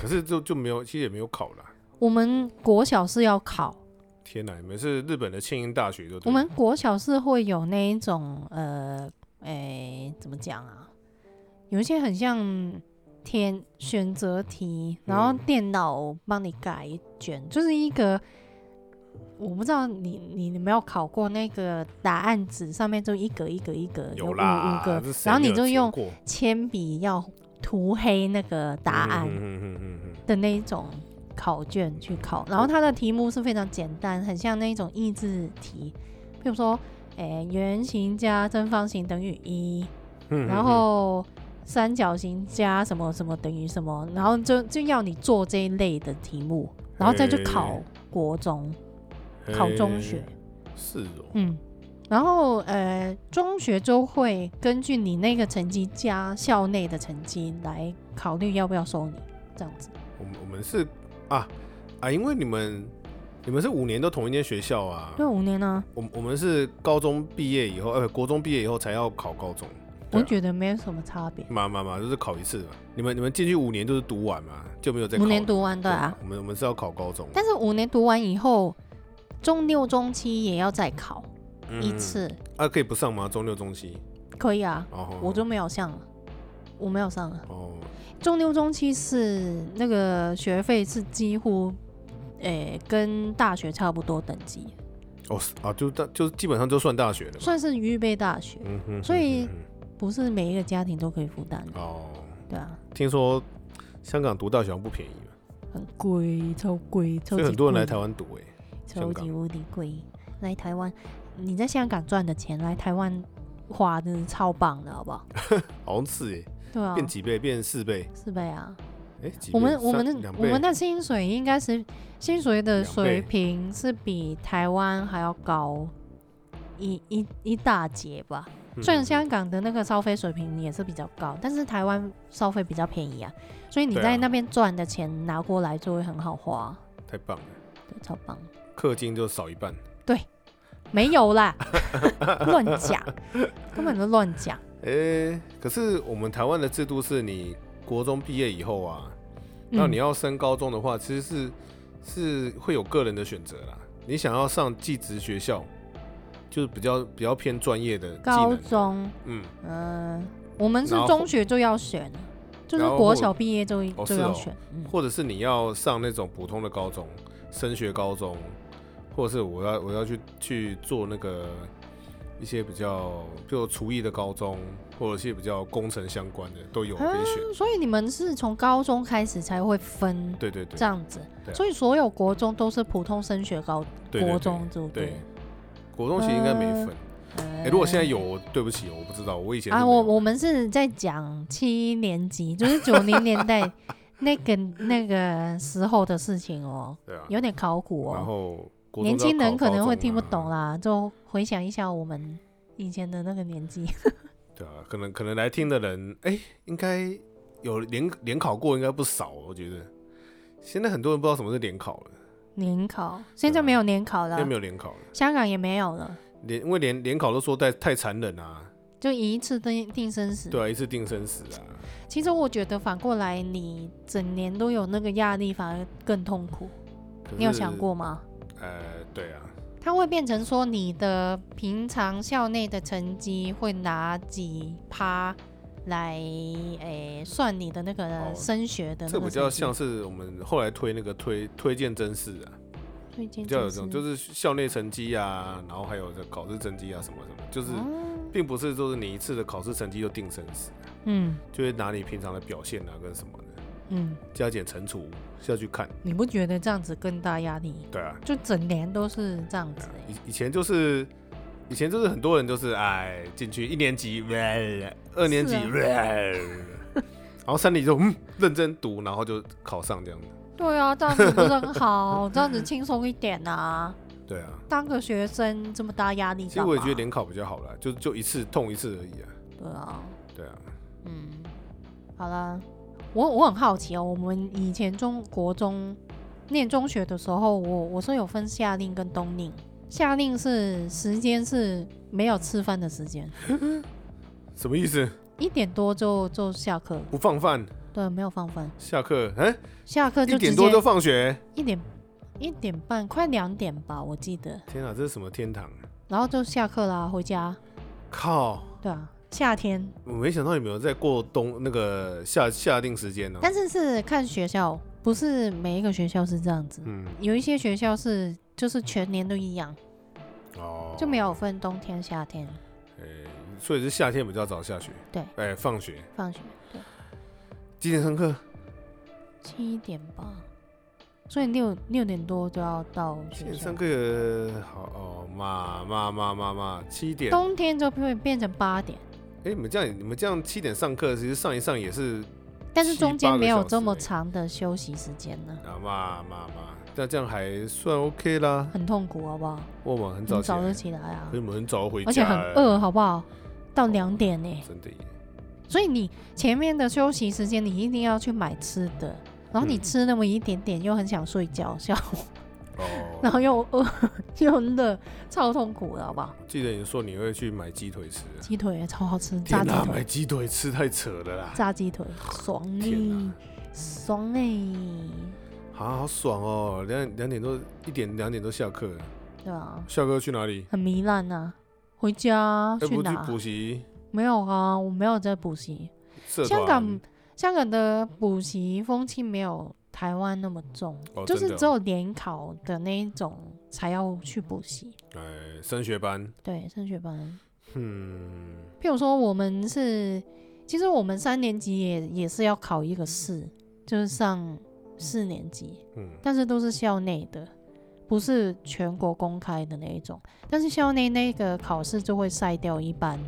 可是就就没有，其实也没有考啦。我们国小是要考，天哪，你们是日本的庆应大学就对了。我们国小是会有那一种呃，诶、怎么讲啊？有一些很像填选择题，然后嗯电脑帮你改一卷，就是一个我不知道你你你没有考过那个答案纸上面就一格一格一格五有五啦，个这，谁然后没你有就填用过铅笔要涂黑那个答案嗯嗯嗯嗯嗯的那一种。考卷去考，然后它的题目是非常简单，很像那一种益智题，比如说，诶、圆形加正方形等于一，嗯然后三角形加什么什么等于什么，然后就就要你做这一类的题目，然后再去考国中、考中学。嗯哎是哦，嗯，然后呃，中学就会根据你那个成绩加校内的成绩来考虑要不要收你，这样子。我们我们是啊啊，因为你们你们是五年都同一间学校啊，对，五年呢、我我们是高中毕业以后，呃，国中毕业以后才要考高中。对我啊觉得没有什么差别。嘛嘛嘛，就是考一次嘛。你们你们进去五年就是读完嘛，就没有再考五年读完的啊，我们我们是要考高中，但是五年读完以后，中六、中七也要再考嗯一次，啊，可以不上吗？中六中七，可以啊。哦，我就没有上了，我没有上了。哦，中六、中七是那个学费是几乎，诶、跟大学差不多等级，哦是啊，就大就基本上就算大学了嘛，算是预备大学，嗯哼，所以嗯哼不是每一个家庭都可以负担的，哦，对啊，听说香港读大学好像不便宜嘛，很贵，超贵，超所以级很多人来贵台湾读欸诶、超香港级无敌贵。来台湾，你在香港赚的钱来台湾花真是超棒的，好不好？好像是诶、对啊，变几倍，变四倍，是呗啊。诶、几倍我们我们三的两我倍们的薪水应该是薪水的两水倍平是比台湾还要高一一一大截吧。虽然嗯香港的那个消费水平也是比较高，但是台湾消费比较便宜啊，所以你对啊在那边赚的钱拿过来就会很好花，嗯太棒了，对，超棒。氪金就少一半。没有 啦，乱讲，根本就乱讲。诶、可是我们台湾的制度是你国中毕业以后啊，那你要要升高中的话，其实是是会有个人的选择啦。你想要上技职学校，就是比较比较偏专业的技能高的，中，嗯，嗯、我们是然后中学就要选，就是然后国或小毕业就、哦就是要哦选。嗯，或者是你要上那种普通的高中，升学高中，或者是我要我要去去做那个一些比较就厨艺的高中，或者是比较工程相关的都有可以选。所以你们是从高中开始才会分对对这对，样子，对啊所以所有国中都是普通升学高对国中，对不呃对对，国中其实应该没分。哎、如果现在有，我对不起，我不知道，我以前啊，是没我有我们是在讲七年级，就是九零年代 那个那个时候的事情哦，对啊，有点考古然哦。后国中年就要轻考人可高能会中听不啊懂啦，就回想一下我们以前的那个年纪。对啊，可能可能来听的人，哎、应该有联联考过，应该不少，我觉得。现在很多人不知道什么是联考了，联考现在没有联考啊现了在，没有联考了，香港也没有了，联因为联联考都说太太残忍啊，就一次定定生死。对啊，一次定生死啊，其实我觉得反过来，你整年都有那个压力，反而更痛苦。可你有是想？过吗？呃，对啊，它会变成说你的平常校内的成绩会拿几趴来诶、算你的那哦个升学的那这个比较成绩像是我们后来推那个推推荐真试啊，最近比较有这种，就是是校内成绩啊，然后还有这考试成绩啊，什么什么，就是哦并不是说是你一次的考试成绩就定生死，嗯就会拿你平常的表现啊跟什么的嗯，加减乘除下去看，你不觉得这样子更大压力？对啊，就整年都是这样子、欸，以以前就是，以前就是很多人就是哎进去一年级， 呃二年级，是啊呃 然后三年级就嗯认真读，然后就考上这样子。对啊，这样子不是很好？这样子轻松一点啊！ 对啊，当个学生这么大压力其干实嘛？我也觉得联考比较好啦，就就一次痛一次而已啊。对啊，对啊，嗯，好啦，我我很好奇哦，我们以前中国中念中学的时候，我我是有分夏令跟冬令，夏令是时间是没有吃饭的时间，什么意思？一点多就就下课，不放饭，对，没有放饭，下课，哎，下课一就点直多接就放学。一点一点半，快两点吧，我记得，天啊，这是什么天堂？然后就下课啦，回家，靠！对啊，夏天，我没想到你们有在过冬那个夏夏令时间呢、但是是看学校，不是每一个学校是这样子，嗯，有一些学校是就是全年都一样。哦，就没有分冬天、夏天，哎，所以是夏天比较早下学。对哎，放学放学对几点上课？七点吧，所以六六点多就要到学先校上，课好哦，嘛嘛嘛嘛嘛，七点。冬天就会变成八点，哎、你们这样，你们这样七点上课，其实上一上也是但是七中间八个没有小时欸这么而已长的休息时间呢，啊嘛嘛嘛，那这样还算 OK 啦。很痛苦，好不好？我们很早很起来，早就起来啊可是，我欸们很早回家，而且很饿，，好不好？到两点欸呢、真的耶。所以你前面的休息时间，你一定要去买吃的，然后你嗯吃那么一点点，又很想睡觉，下午，哦， 然后又饿 又热，超痛苦的，好不好？记得你说你会去买鸡腿吃，鸡腿也超好吃，炸天鸡哪、腿买，鸡腿吃太扯了啦！炸鸡腿爽哎、天哪、爽哎、啊，好爽哦！两两点多，一点两点都下课了，对啊，下课去哪里？很糜烂啊。回哎、家哦去不去哪？补习没有啊，我没有在补习。社团。香港香港的补习风气没有台湾那么重，哦就真是的哦只有联考的那一种才要去补习。哎，升学班，对，升学班，嗯，譬如说我们是，其实我们三年级也也是要考一个试，就是上四年级，嗯，但是都是校内的，不是全国公开的那一种。但是校内那个考试就会筛掉一班。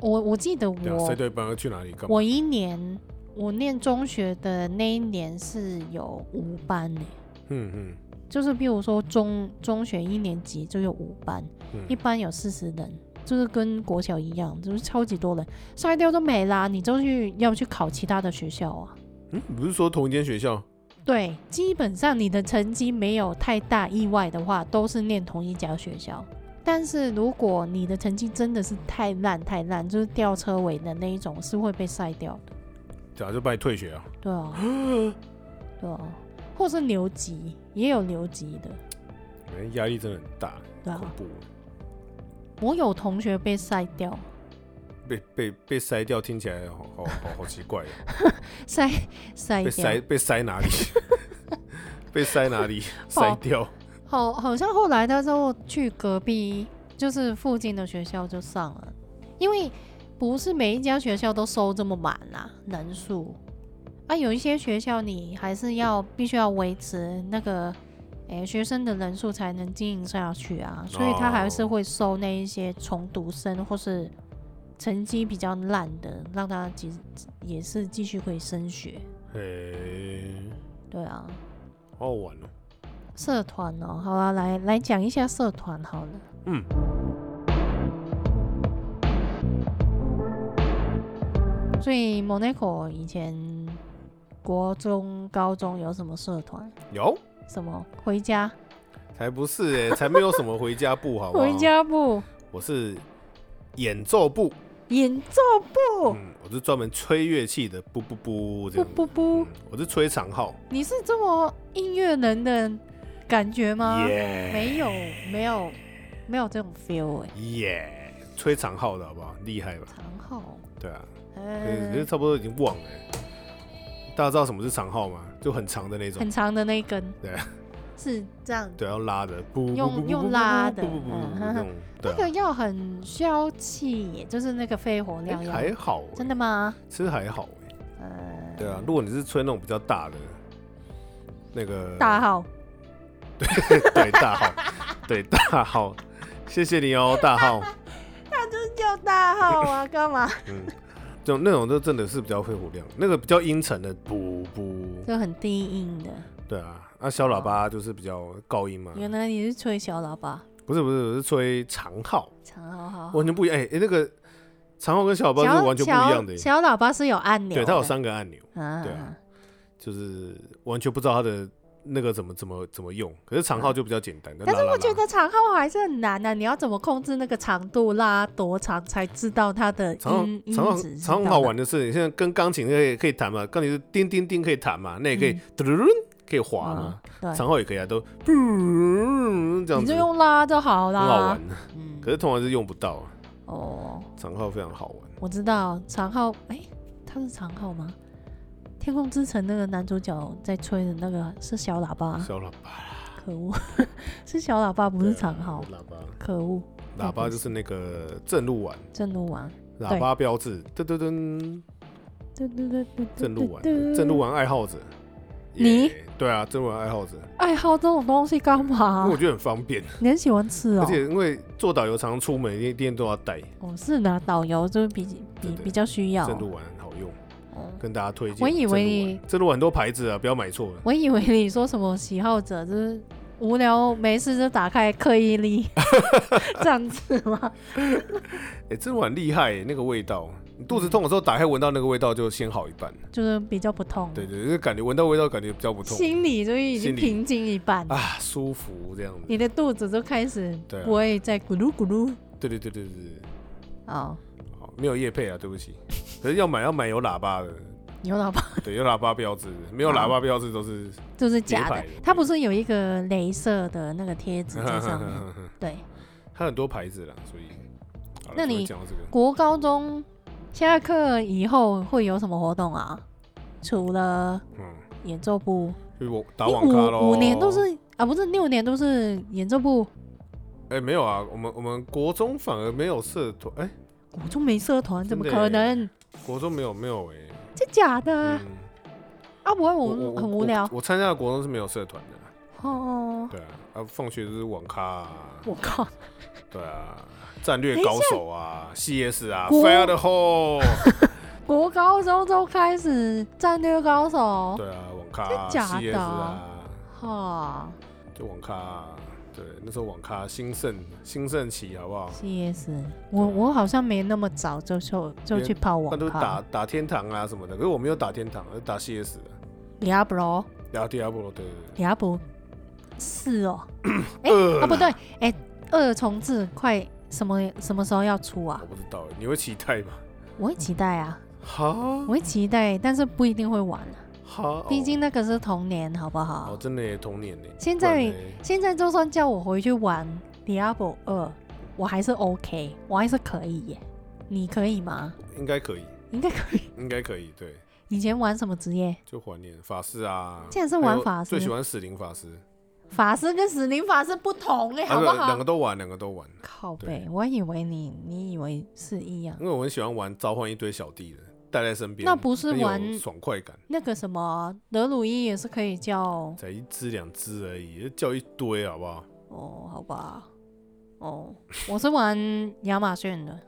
我我记得对啊，我谁对班要去哪里干嘛？我一年我念中学的那一年是有五班呢、欸嗯嗯就是譬如说中中学一年级就有五班，嗯，一班有四十人，就是跟国小一样，就是超级多人，筛掉都没啦，你就去要去考其他的学校啊。嗯，不是说同一间学校？对，基本上你的成绩没有太大意外的话，都是念同一家学校。但是如果你的成绩真的是太烂太烂，就是吊车尾的那一种，是会被筛掉的。早就把你退学啊？对啊，对啊，或是留级，也有留级的。哎压力真的很大，对啊恐怖，我有同学被筛掉， 被被被筛掉，听起来好好好好奇 怪哦，筛筛被掉筛，被筛哪里？ 被筛哪里？好筛掉？好，好像后来他就去隔壁，就是附近的学校就上了，因为不是每一家学校都收这么满啦、人数啊，有一些学校你还是要必须要维持那个诶、学生的人数才能经营下去啊，所以他还是哦会收那一些重读生或是成绩比较烂的，让他继也是继续可以升学，哎，对啊。好好玩哦。社团哦，好啊，来来讲一下社团好了。嗯，所以 Monaco 以前国中、高中有什么社团？有什么回家才不是哎，才没有什么回家部，好不好？ 回，家部、我是演奏部，演奏部，嗯，我是专门吹乐器的，不不不这不样子。不不嗯，我是吹长号，你是这么音乐人的感觉吗？耶没有，没有，没有这种 feel 哎、耶，吹长号的好不好？厉害吧？长号，对啊，可呃是，差不多已经忘了欸。大家知道什么是长号吗？就很长的那种很，长的那一根，对，是这样。对，要拉的，不用用拉的不不不不嗯不哼那种，对那个啊要很消气耶，就是那个肺活量欸要、还好欸，真的吗？其实还好欸，呃，对啊，如果你是吹那种比较大的，那个大号，对大号，对大号，谢谢你哦，大号，那就是叫大号啊，干嘛？嗯，这种那种就真的是比较肺活量，那个比较阴沉的，不不，就很低音的。对啊，那小喇叭就是比较高音嘛，原来你是吹小喇叭，不是不是，我是吹长号，长好好好。完全不一样，哎、哎那个长号跟小喇叭是完全不一样的耶，小小喇叭是有按钮的，对，它有三个按钮。啊，对啊就是完全不知道它的那个怎么怎么怎么用。可是长号就比较简单，但是我觉就拉拉拉得长号还是很难啊，你要怎么控制那个长度拉多长才知道它的长号音音长号值？长号很好。玩的是，你现在跟钢琴可以可以弹嘛，钢琴是叮叮叮可以弹嘛，那也可以嘟嘟嘟可以滑嘛，对，长号也可以啊，都噗这样你就子，用拉就好很啦。好玩。嗯可是通常是用不到啊，哦，长号非常好玩。我知道长号，哎，它是长号吗？天空之城那个男主角在吹的那个是小喇叭，啊小喇叭可恶， 是小喇叭不是长号，对啊可恶，喇叭，喇叭就是那个正路丸，正路丸。喇叭标志，噔噔噔，对对对对，正路丸，正路丸。丸爱好者，你也对啊，中文爱好者，爱好哎这种东西干因嘛为我？觉得很方便，你很喜欢吃而哦、且因为做导游常常出门，一定都要带，哦，是呢，导游就是比比对对比较需要。正露丸很好用，哦跟大家推荐。我以为正露你丸正露丸很多牌子啊，不要买错了。我以为你说什么喜好者就是无聊没事就打开刻意 力这样子吗？哎、正露丸厉害、欸，那个味道，你肚子痛的时候打开闻到那个味道就先好一半。就是比较不痛，对对对，就是感觉闻到味道感觉比较不痛心里就已经心里平静一半，啊，舒服这样子。你的肚子就开始对啊不会再咕噜咕噜对对对对对对，哦，好，没有叶配啊，对不起。可是要买要买有喇叭的，有喇叭对，有喇叭标志，没有喇叭标志都是。 就是假铁的板的，它不是有一个镭射的那个贴纸在 上面？对，它很多牌子啦，所以。好了那不会你讲到这个，国高中下课以后会有什么活动啊？除了嗯，演奏部，就是我打你网咖喽。五五年都是啊，不是六年都是演奏部，哎、没有啊，我们我们国中反而没有社团，哎、国中没社团，怎么真的可能？国中没有没有哎、这假的啊！嗯，啊，不会，我们很无聊我。我参加的国中是没有社团的，哦。对啊，啊，放学就是网咖、啊，我靠，对啊，战略高手啊，CS 啊国，Fire the hole，国高中都开始战略高手，对啊，网咖、真假的 CS 啊，哈就网咖、啊，对，那时候网咖兴盛兴盛期，好不好？ ，CS，我我好像没那么早就就就去泡那网都是打咖打天堂啊什么的，可是我没有打天堂，而打 CS， ，Diablo 然后 Diablo，对对呃 Diablo 是哦，哎二啊不对，哎，二重置快什么什么时候要出对，啊我？不知道，欸你会期待吗？我会期待啊，哈我，会期待，但是不一定会玩啊，哈，毕竟那个是童年，好不哦，好？真的耶，童年呢。现不然在嘞现在就算叫我回去玩《Diablo 二》，我还是 OK，我还是可以耶。你可以吗？应该可以，应该可以。 应该可以，对，以前玩什么职业？就怀念法师啊。竟然是还玩有法师最喜欢死灵法师，法师跟死灵法师不同哎、啊好不对两好个？都玩，两个都玩。靠背对，我还以为你，你以为是一样。因为我很喜欢玩召唤一堆小弟的，带在身边，那不是很有玩爽快感，那个什么德鲁伊也是可以叫才一只两只而已，就叫一堆好不好？哦，好吧，哦，我是玩亚马逊的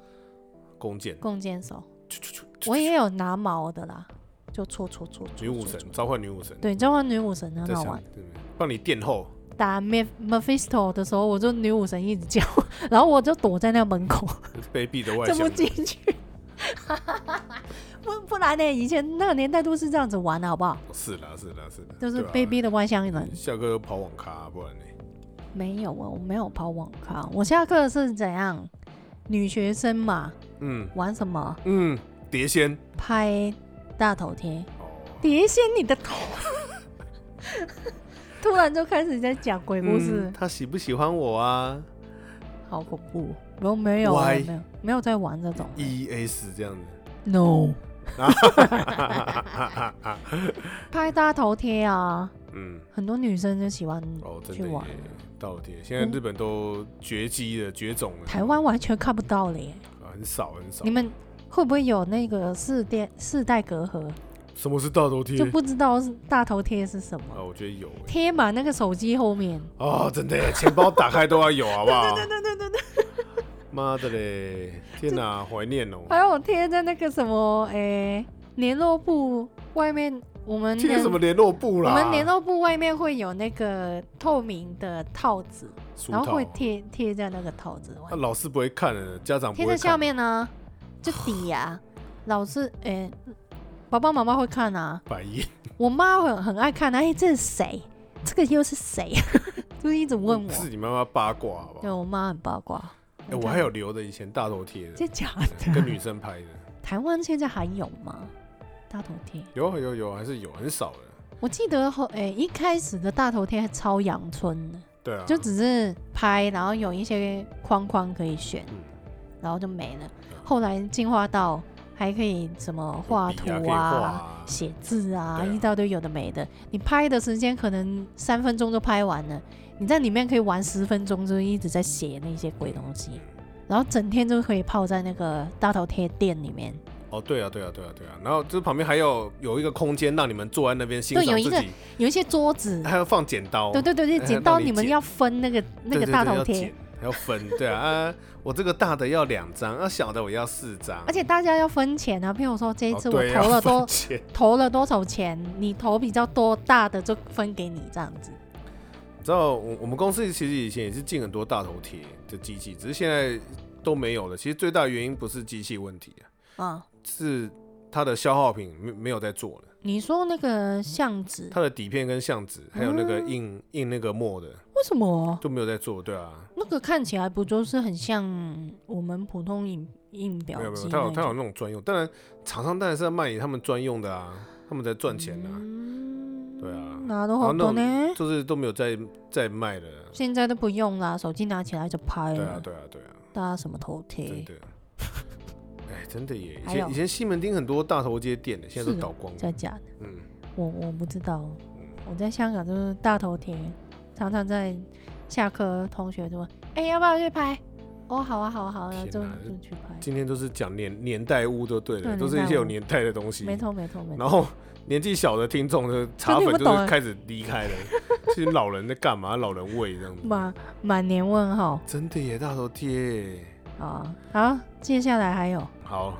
弓箭，弓箭 手，啾啾啾我也有拿毛的啦，就戳戳戳戳女武神戳戳召唤女武神，对，召唤女武神很在好想玩。，对帮你殿后， 打 Mep- Mephisto 的时候，我就女武神一直叫， 然后我就躲在那门口，卑鄙的外怎么向，进去？不不然呢？以前那个年代都是这样子玩的，好不好？是啦是啦是啦，就是对啊被逼的外乡人。下课又跑网咖，不然呢？没有啊，我没有跑网咖，我下课是怎样？女学生嘛，嗯玩什么？嗯，碟仙拍大头贴，哦，碟仙你的头。 突然就开始在讲鬼故事嗯，他喜不喜欢我啊好恐怖！没有没有啊 Why？没有没有在玩这种的？E S 这样子， ，no。啊拍大头贴啊，嗯，很多女生就喜欢。哦，真去的玩耶，倒贴。现在日本都绝迹了，绝种了。台湾完全看不到了耶。啊很少很少。你们会不会有那个世代世代隔阂，什么是大头贴就？不知道是大头贴是什啊，么？我觉得有耶贴满那个手机后面。哦，真的耶，钱包打开都要有，好不好？ 对对对对，妈的嘞，天哪，怀念哦！还有贴在那个什么，诶、联络部外面，我们贴的什么联络簿我啦？们联络部外面会有那个透明的套子，书然后套会。贴贴在那个套子外那老师不会看的，家长不贴会在看下。面呢，就 抵啊。老师，诶、爸爸妈妈会看啊，白眼，我妈很很爱看啊。哎、这是谁？这个又是谁？ 就是一直问我。是你妈妈八卦好不对好？我妈很八卦。哎，我还有留着以前大头贴的这，假跟的？女生拍的，台湾现在还有吗？大头贴？有啊有啊有啊，还是有，很少的。我记得后，诶、一开始的大头贴还超阳春的，对啊，就只是拍，然后有一些框框可以选，嗯然后就没了嗯。后来进化到还可以什么画有图笔啊可以画啊写字啊，对啊一大堆有的没的。你拍的时间可能三分钟就拍完了，你在里面可以玩十分钟，就是一直在嗯写那些鬼东西，然后整天就可以泡在那个大头贴店里面，哦，对啊，对啊，对啊，对啊。然后这旁边还有有一个空间让你们坐在那边欣对赏有一自个己，有一些桌 子，还要放剪刀，对 对对对，哎剪让刀你你们剪要分那个那对个对大对头要贴剪，还要分，对啊啊，我这个大的要两张，啊小的我要四张，而且大家要分钱啊。譬如说这一哦次我对投要了分多、钱投了多少钱，你投比较多大的就分给你这样子。你知道，我我们公司其实以前也是进很多大头贴的机器，只是现在都没有了。其实最大原因不是机器问题啊，啊，是它的消耗品没没有在做了。你说那个相纸它的底片跟相纸，还有那嗯个印、印那个墨的为什么都没有在做，对啊，那个看起来不就是很像我们普通印印表没有没机有，那它有它有种？那种专用，当然厂商当然是要卖给他们专用的啊，他们在赚钱啊，嗯对啊拿都然后好那多种呢，就是都没有在在卖了。现在都不用啦，手机拿起来就拍对啊了，对啊对啊，啊大家什么头真贴的， 哎真的耶，以还有前以前西门町很多大头街店的，现在都是哦倒光真了的，假的？嗯。我我不知道，我在香港就是大头贴，常常在下课同学就问，哎、要不要去拍？哦，好啊，好啊，好啊，天就哪就去拍，今天都是讲年年代物就对了，对都是一些有年代的东西。没错没错没错。然后年纪小的听众 的茶粉就听不就懂是哎开始离开了， 这些老人在干嘛？老人味这样子。满满年问号真的耶，大头贴。啊！好，接下来还有好，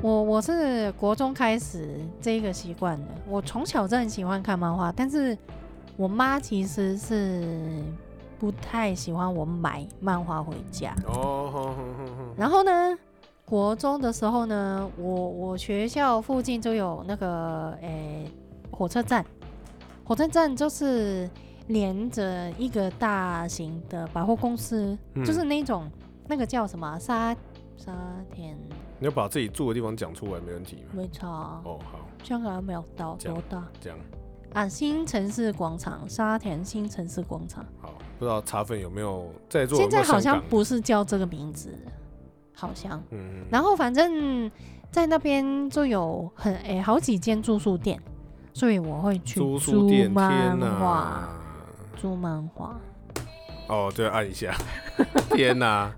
我，我是国中开始这个习惯的。我从小就很喜欢看漫画，但是我妈其实是不太喜欢我买漫画回家。哦，好好好好然后呢，国中的时候呢，我我学校附近就有那个诶、火车站，火车站就是连着一个大型的百货公司，嗯就是那种那个叫什么啊沙沙田，你要把自己住的地方讲出来，没问题吗？没错啊，哦，好，香港没有到这样多大这样啊？新城市广场，沙田新城市广场，好。不知道茶粉有没有在座有现没有在好上像岗不是叫这个名字，好像。嗯，然后反正在那边就有很诶、好几间住宿店，所以我会去租书店，漫天画、哪！租漫画、哦，对，按一下， 天哪！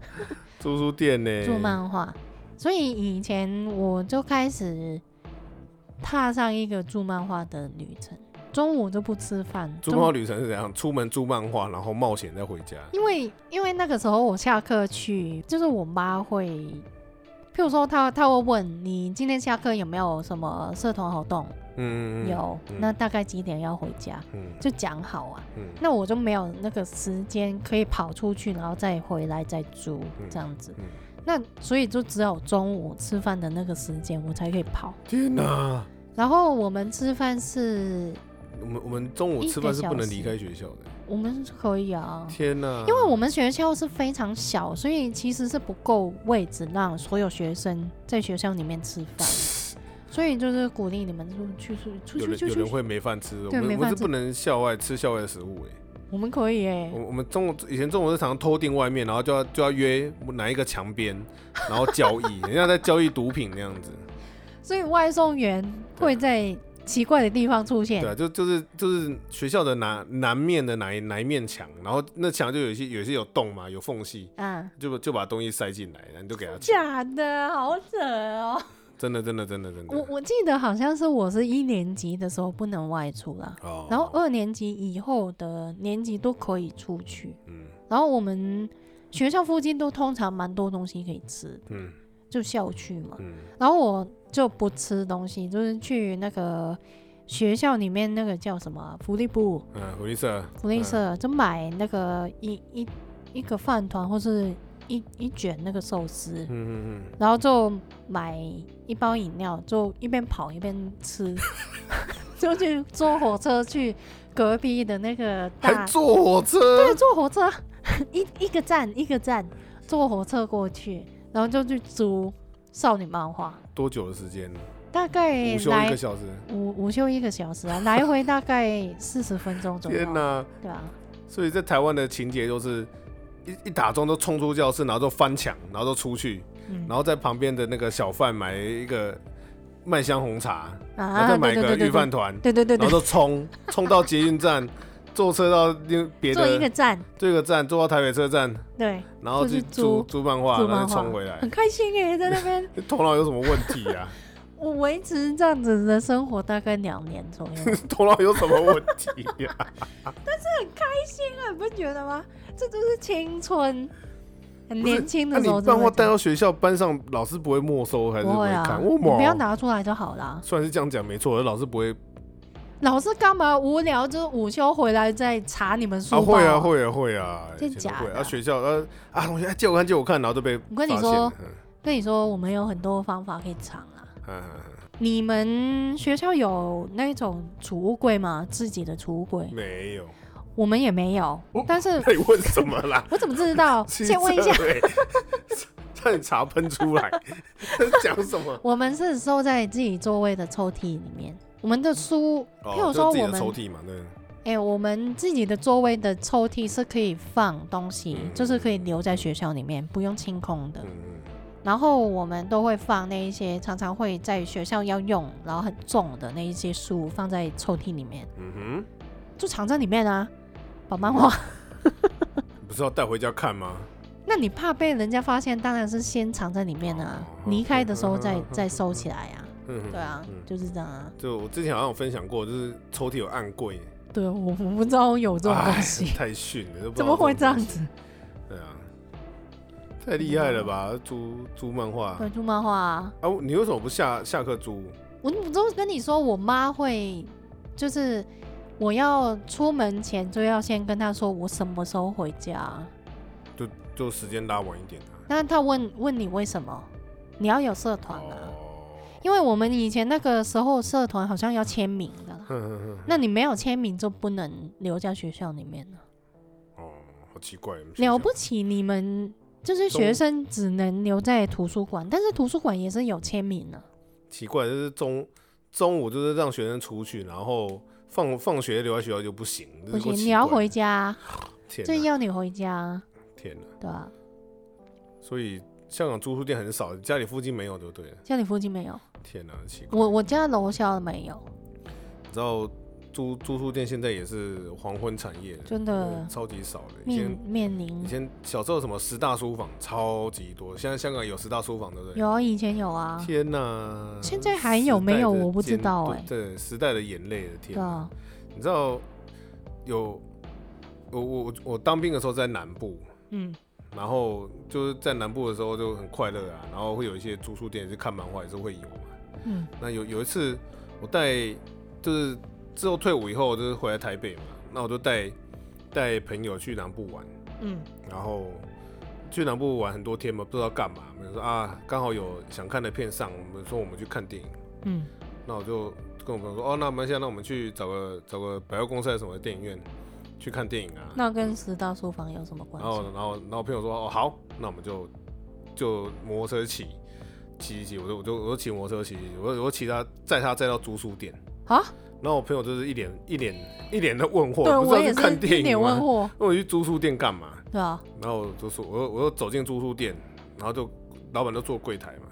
租书店呢？租漫画。所以以前我就开始踏上一个住漫画的旅程，中午都不吃饭，租中漫画旅程是怎样？出门租漫画，然后冒险再回家。因为因为那个时候我下课去，就是我妈会，譬如说她她会问你今天下课有没有什么社团活动，嗯，嗯有，嗯那大概几点要回家，嗯就讲好啊。嗯那我就没有那个时间可以跑出去，然后再回来再租嗯这样子。嗯，那所以就只有中午吃饭的那个时间，我才可以跑。天哪！然后我们吃饭是，我们我们中午吃饭是不能离开学校的。我们是可以啊，天哪！因为我们学校是非常小，所以其实是不够位置让所有学生在学校里面吃 饭。所以就是鼓励你们出去出有去人出有人去出去，会没饭吃，哦我对们没我们饭是吃不能校外吃校外的食物哎。我们可以哎、我我们中午以前中午是常常偷订外面，然后就要就要约哪一个墙边，然后交易，人家在交易毒品那 样子。所以外送员会在奇怪的地方出现对。啊，就就是就是学校的南南面的哪一哪一面墙，然后那墙就有一些有一些有洞嘛，有缝隙，啊，就就把东西塞进来，然后你就给他吃。假的，好扯哦！真的真的真的真的。我我记得好像是我是一年级的时候不能外出啦，哦然后二年级以后的年级都可以出去。嗯然后我们学校附近都通常蛮多东西可以吃，嗯就校区嘛。嗯然后我就不吃东西，就是去那个学校里面那个叫什么啊福利部嗯，福利社，福利嗯社，就买那个一一一个饭团或是一一卷那个寿司。嗯嗯嗯然后就买一包饮料，就一边跑一边吃， 就去坐火车去隔壁的那个嗯，还大，坐火车对，，坐火车 一一个站一个站坐火车过去，然后就去租少女漫画，多久的时间？大概午休一哎来个小时。午午休一个小时啊， 来回大概四十分钟左右，天哪！对吧、所以在台湾的情节就是。一一打钟都冲出教室，然后就翻墙，然后就出去，嗯然后在旁边的那个小贩买一个麦香红茶，然后啊再买一个对鱼饭团，对对对对对 然后就冲冲到捷运站，坐车到另别的坐一个站，这个站，坐到台北车站，对，然后就去去租租租漫画，租然后漫再画冲回来 很。开心哎，在那边头脑有什么问题啊？ 我维持这样子的生活大概两年左 右，很头脑有什么问题啊呀、开心啊，你不觉得吗？这就是青春，很不是 年轻那、的时候啊你就漫会画这样。带到学校，班上老师不会没收还是不会啊，看？你我不要拿出来就好啦。虽然是这样讲没错，而老师不会老师干嘛无聊？就是午休回来再查你们书啊，包。会啊，。会啊，会啊，以真前都假会的啊，学校呃啊，同学哎借我看，借我看，然后就被我跟你发现说了，嗯跟你说，我们有很多方法可以藏啊。嗯嗯嗯你们学校有那种储物柜吗？自己的储物柜嗯？没有， 我们也没有哦。但是那你问什么 ？啦我怎么知 道？先问一下汽，车欸，差点茶喷出来， 讲什 么？我们是收在自己座位的抽屉里面。我们的书，哦譬如就说自己我的抽们，屉嘛，对。哎、我们自己的座位的抽屉是可以放东西，嗯就是可以留在学校里面，不用清空的。嗯，然后我们都会放那一些常常会在学校要用，然后很重的那一些书放在抽屉里面，嗯就藏在里面啊，把漫画。哼，不是要带回家看吗？ 那你怕被人家发现，当然是先藏在里面啊哦，离开的时候再再收起来啊。嗯哼，对啊嗯，就是这样啊。就我之前好像有分享过，就是抽屉有暗柜，对，我我不知道有这种东哎西，太逊了，都不知道怎么会这样种子？东西？对啊，太厉害了吧？租租漫画对，租漫画啊，啊？你为什么不下下课租？我我都跟你说，我妈会就是。我要出门前就要先跟她说我什么时候回家，就就时间拉晚一点啊？那他问问你为什么？你要有社团啊，哦，因为我们以前那个时候社团好像要签名 的啦，哼哼哼那你没有签名就不能留在学校里面了。哦，好奇怪，你们学校了不起，你们就是学生只能留在图书馆，但是图书馆也是有签名的。奇怪，就是中中午就是让学生出去，然后放放学留在学校就不行，不行，你要回家，家，天就哪要你回家，天哪！对啊吧、所以香港租书店很少，家里附近没有就对了。家里附近没有，天哪，奇怪！我我家楼下没有，你知道租租书店现在也是黄昏产业，真的嗯超级少的。以面前面以临前小时候什么十大书房超级多，现在香港有十大书房，对不对？有啊，以前有啊，天哪！现在还有没有时代的我不知道尖哎对，时代的眼泪的对天哪啊，你知道有我我我我当兵的时候在南部，嗯，然后就是在南部的时候就很快乐啊，然后会有一些租书店，就看漫画也是会有嘛。嗯，那有有一次我带就是之后退伍以后就是回来台北嘛，那我就带带朋友去南部玩，嗯，然后去南部玩很多天嘛，不知道干嘛，我们说啊刚好有想看的片上，我们说我们去看电影，嗯，那我就跟我朋友说哦，那我们现在那我们去找个找个百货公司还是什么电影院去看电影啊，那跟十大书房有什么关然后系？，然后，然后朋友说：“哦，好，那我们就就摩托车骑骑一骑，我就我就我就骑摩托车骑，我就我就骑他载他载到租书店。啊，然后我朋友就是一脸一脸一脸的问惑，对不知我道去也看是电一影脸问吗？ 惑，那我去租书店干嘛？对啊吧？然后我就说，我又我又走进租书店，然后就老板就坐柜台嘛，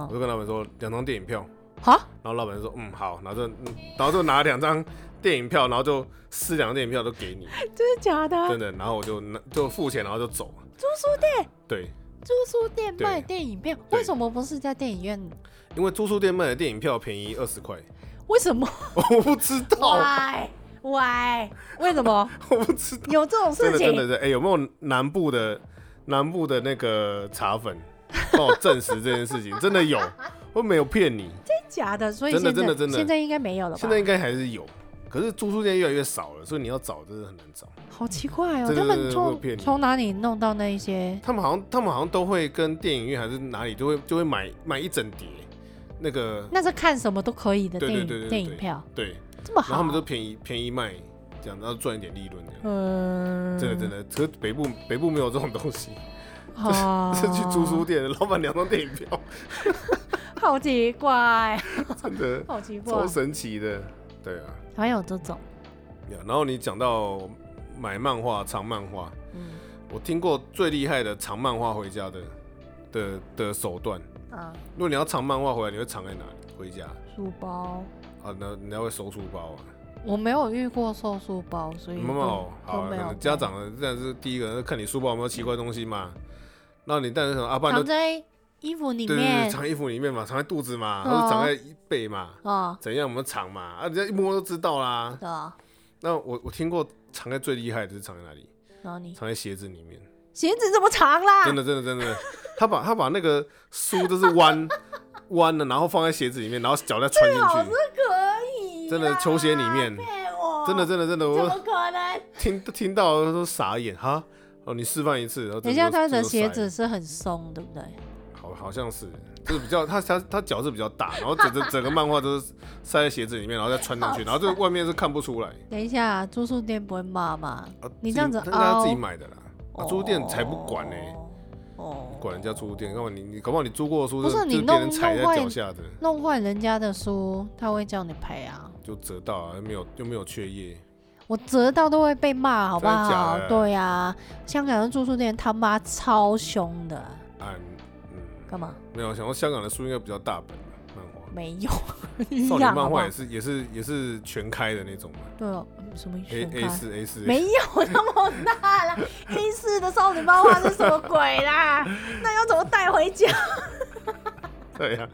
哦我就跟老板说两张电影票，好，然后老板就说嗯好，然后就、嗯然后就拿两张电影票，然后就撕两张电影票都给你，哎真的假的？真的，然后我就拿就付钱，然后就走了，租书店，对。租书店对卖电影票，对为什么不是在电影院？因为租书店卖的电影票便宜二十块，为什么我不知 道， ？Why why？为什么我不知道，有这种真的事真的情？是，哎、有没有南部的南部的那个茶粉帮我证实这件事情？真的有，我没有骗你，假的，所以真现的在真的真的现在应该没有了吧？现在应该还是有，可是租书店越来越少了，所以你要找真的很难找。好奇怪哦，真的真他的们我有骗从你从哪里弄到那一些？他们好像他们好像都会跟电影院还是哪里就会就会买买一整叠那个那是看什么都可以的对对电影对对对电影票，对，这么然后好？他们就便宜便宜卖，这样然后赚一点利润这样。嗯，真的真的，可是北部北部没有这种东西。啊，是 去租书店，老板两张电影票， 好奇怪，真的好奇怪超，神奇的。对啊，还有这种，呀然后你讲到买漫画、藏漫画，嗯我听过最厉害的藏漫画回家的的的手段。啊，如果你要藏漫画回来，你会藏在哪里？回家书包。啊？那你要会收书包啊？我没有遇过收书包，所以没有，都好都没有了，家长这样是第一个看你书包有没有奇怪东西嘛。那你带着什么？阿啊爸就藏在衣服里对对对，面啊藏衣服里面嘛，藏在肚子嘛，或者藏在背嘛，哦，怎样我们藏嘛？啊，人家一摸都知道啦。对啊，那我我听过藏在最厉害的是藏在哪里？然后你藏在鞋子里面，鞋子怎么藏啦？真的真的真的，他把他把那个书就是弯 弯了，然后放在鞋子里面，然后脚再穿进老去，师可以啦，真的球鞋里面骗我，真的真的真的，怎么我可能？听听到都傻眼哈。哦，你示范一次，然后等一这下，他个的这个鞋塞子是很松，对不对？好，好像是，就是比较他他他脚是比较大，然后整个整个漫画都是塞在鞋子里面，然后再穿上去，然后这外面是看不出来。等一下，啊住宿店不会骂吗？啊你自己这样子哦那他自己凹买的啦，啊，租店才不管呢、哦，管人家租店，干嘛你你搞不好你租过的书就不是是你别人弄踩在弄坏脚下的，弄坏人家的书，他会叫你赔啊。就折到啊，又没有又没有缺页，我折到都会被骂，好不真的假好？的对呀、香港的住宿店他妈超凶的，啊嗯，干嘛？没有想到香港的书应该比较大本吧漫画，没有，少一女样漫好不画好也？是也是也是全开的那种嘛对哦，嗯什么意，A 思？ A 四 A 四，没有那么大啦，A 四的少女漫画是什么鬼啦？ 那要怎么带回家？ 对呀，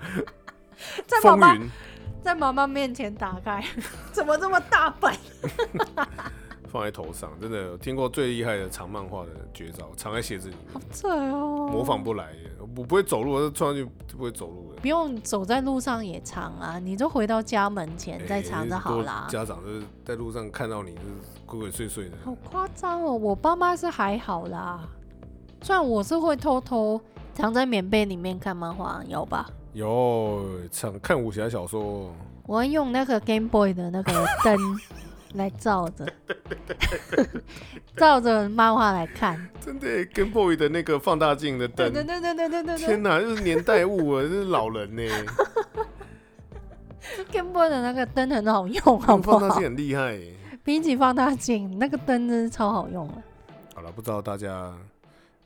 在妈风妈云在妈妈面前打开， 怎么这么大本？ 放在头上，真的有听过最厉害的藏漫画的绝招，藏在鞋子里面，好扯哦！模仿不来耶，我不会走路，我穿上去就不会走路了。不用走在路上也藏啊，你就回到家门前再哎藏就好啦。多家长就是在路上看到你就是鬼鬼祟祟的，好夸张哦！我爸妈是还好啦，虽然我是会偷偷藏在棉被里面看漫画，有吧？有常看武侠小说，我会用那个 Game Boy 的那 个灯来照着，照着漫画来看。真的跟 boy 的那个放大镜的对灯，对对对对对对天对哪，这是年代物啊，这是老人 呢， ，Game Boy 的那个灯很好用，好放不放大好镜？很厉害耶。比起放大镜，那个灯真是超好用啊的。好了，不知道大家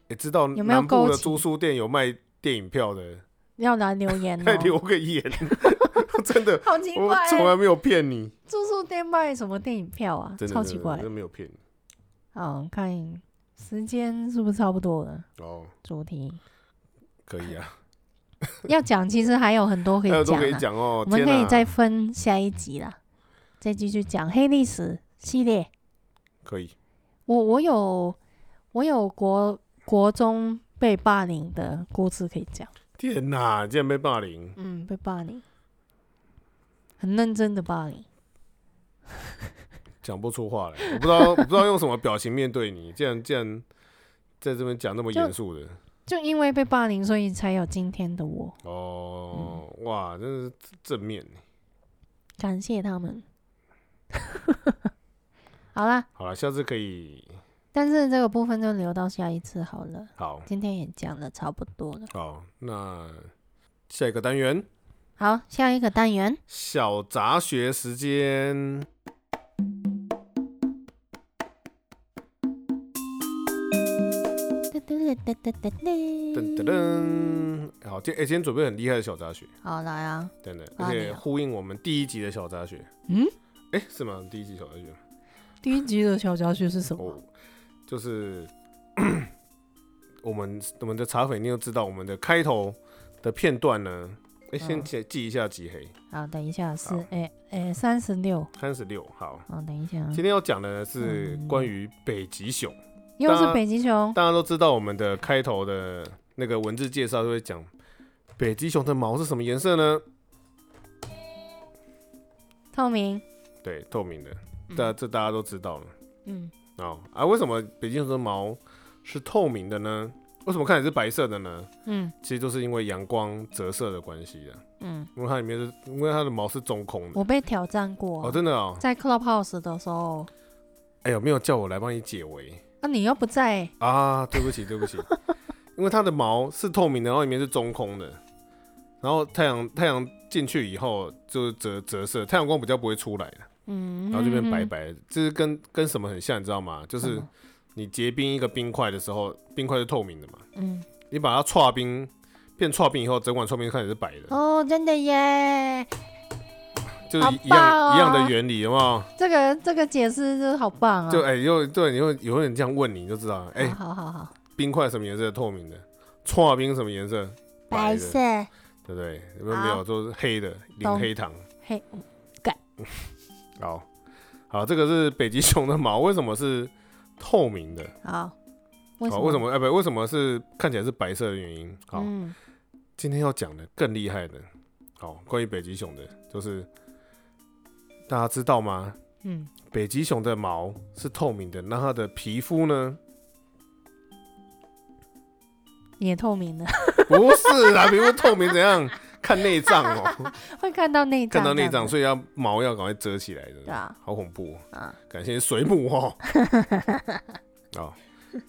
也知道有没南有部勾的起租书店有卖电影票的，要来留言快 留哦，个言，真的。好奇我怪、从欸，来没有骗你，住宿店卖什么电影票啊？真的超奇怪真的。真的没有骗你好，看时间是不是差不多了？哦，主题可以 啊，要讲，其实还有很多可还有以都讲、可以啊，讲哦我。们天可以啊，再分下一集啦，再继续讲黑历史系列。可以，我我有我有国国中被霸凌的故事可以讲，天哪，竟然被霸凌，嗯，被霸凌，很认真的霸凌，讲不出话来，我不知道，我不知道用什么表情面对你，竟然竟然在这边讲那么就严肃的就因为被霸凌，所以才有今天的我。哦，哇，真的是正面。感谢他们。 好啦，好了，下次可以，但是这个部分就留到下一次好了。好，今天也讲的差不多了。好，那下一个单元好，下一个单元，小杂学时间。噔噔噔噔噔噔噔噔噔噔，好，今哎、今天准备很厉害的小杂学，好来啊，真的，哇而你且有呼应我们第一集的小杂学。嗯，哎、是吗？第一集小杂学吗第一集的小杂学是什哦，就是 我们我们的茶粉，你就知道我们的开头的片段呢。哎、先嗯记记一下几黑，好，等一下是好哎哎三十六，三十六。好，好，等一下啊，今天要讲的呢是嗯关于北极熊。又大是家北极熊，大家都知道我们的开头的那个文字介绍就会讲，北极熊的毛是什么颜色呢？透明，对，透明的，嗯大这大家都知道了。嗯，哦啊，为什么北极熊的毛是透明的呢？为什么看起来是白色的呢？嗯其实就是因为阳光折射的关系的，嗯，因为它里面是，因为它的毛是中空的。我被挑战过哦，啊，真的哦，在 Clubhouse 的时候，哎呦，没有叫我来帮你解围啊你又不在，啊，对不起，对不起，因为它的毛是透明的，然后里面是中空的，然后太阳太阳进去以后就折折射，太阳光比较不会出来的，嗯，然后就变白嗯，白的，这是跟跟什么很像，你知道吗？就就是你结冰一个冰块的时候，冰块是透明的嘛，嗯，你把它搓嗯哦冰变搓冰以后，整碗搓冰看起来是白的，哦，真的耶，就是一好棒样、哦一样的原理，有没有？这个这个解释真的好棒啊！就哎、又对，有有人这样问你，你就知道了。哎、好好好好，冰块什么颜色？透明的。搓冰什么颜色？白的，对不对？有没有好没有？都是黑的，零懂嗯黑糖。嘿， 好，好，这个是北极熊的毛，为什么是透明的？好，为什好，么？为什么？哎、不，为什么是看起来是白色的原因？好，嗯，今天要讲的更厉害的，好，关于北极熊的，就是大家知道吗？嗯，北极熊的毛是透明的，那它的皮肤呢？ 也透明的，不是啦，皮肤透明怎样？看内脏 哦， 会看到内脏看到这样子，内脏，所以要毛要赶快遮起来对的，啊，好恐怖、哦。啊，感谢水母 哦。哦，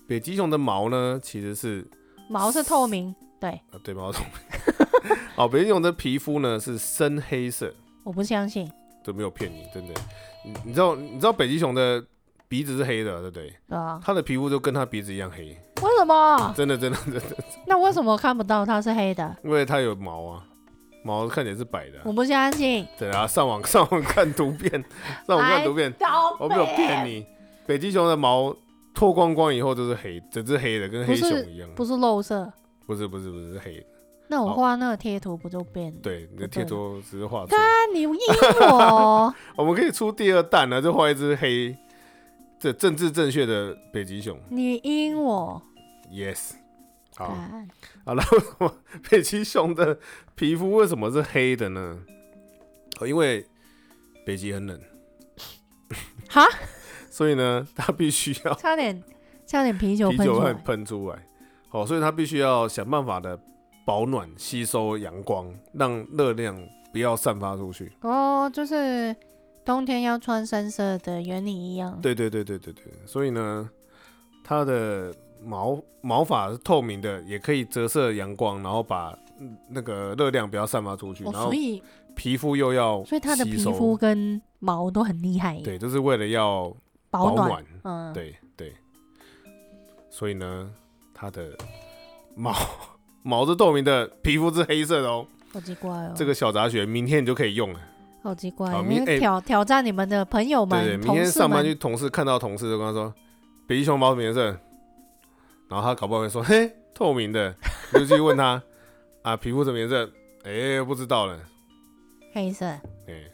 北极熊的毛呢，其实是毛是 透明，啊，对毛虫。 哦，北极熊的皮肤呢是深黑色，我不相信，都没有骗你，真的。你你知道你知道北极熊的鼻子是黑的，对不对？对啊，它的皮肤就跟它鼻子一样黑，为什么？真的真的真的，那为什么看不到它是黑的？因为它有毛啊，毛看起来是白的啊、我不相信，对啊，上网 上网看图 片，上网看图片，倒我没有骗，你。北极熊的毛脱光光以后就是黑，整只黑的，跟黑不是熊一样。不是肉色。不是不是不是是黑的，那我好画那个贴图不就变了？对，你的不贴对 图只是画错。那你阴我 我们可以出第二弹啊呢，就画一只黑，这政治正确的北极熊。你阴我， Yes，好，干好了，为什么 北极熊的皮肤为什么是黑的呢？哦，因为北极很冷，哈， 所以呢，它必须 要差点差点啤酒啤喷酒出会来。喷出来，哦，所以它必须要想办法的保暖、吸收阳光，让热量不要散发出去。哦，就是冬天要穿深色的原理一样。对对对对对对，所以呢，它的毛毛发是透明的，也可以折射阳光，然后把嗯那个热量不要散发出去，哦，然后所以皮肤又要所以它的吸皮收肤跟毛都很厉害耶，对，就是为了要保保暖。暖，嗯，，对对，所以呢，它的毛毛是透明的，皮肤是黑色的哦。好奇怪哦，这个小杂学明天你就可以用了，好奇怪好哦，明哎挑挑战你们的朋友对对，们、明同天事上班去们，同事看到同事就跟他说北极熊毛什么颜色，然后他搞不好会说嘿透明的，你就去问他啊皮肤什么颜色，哎、不知道了，黑色、哎、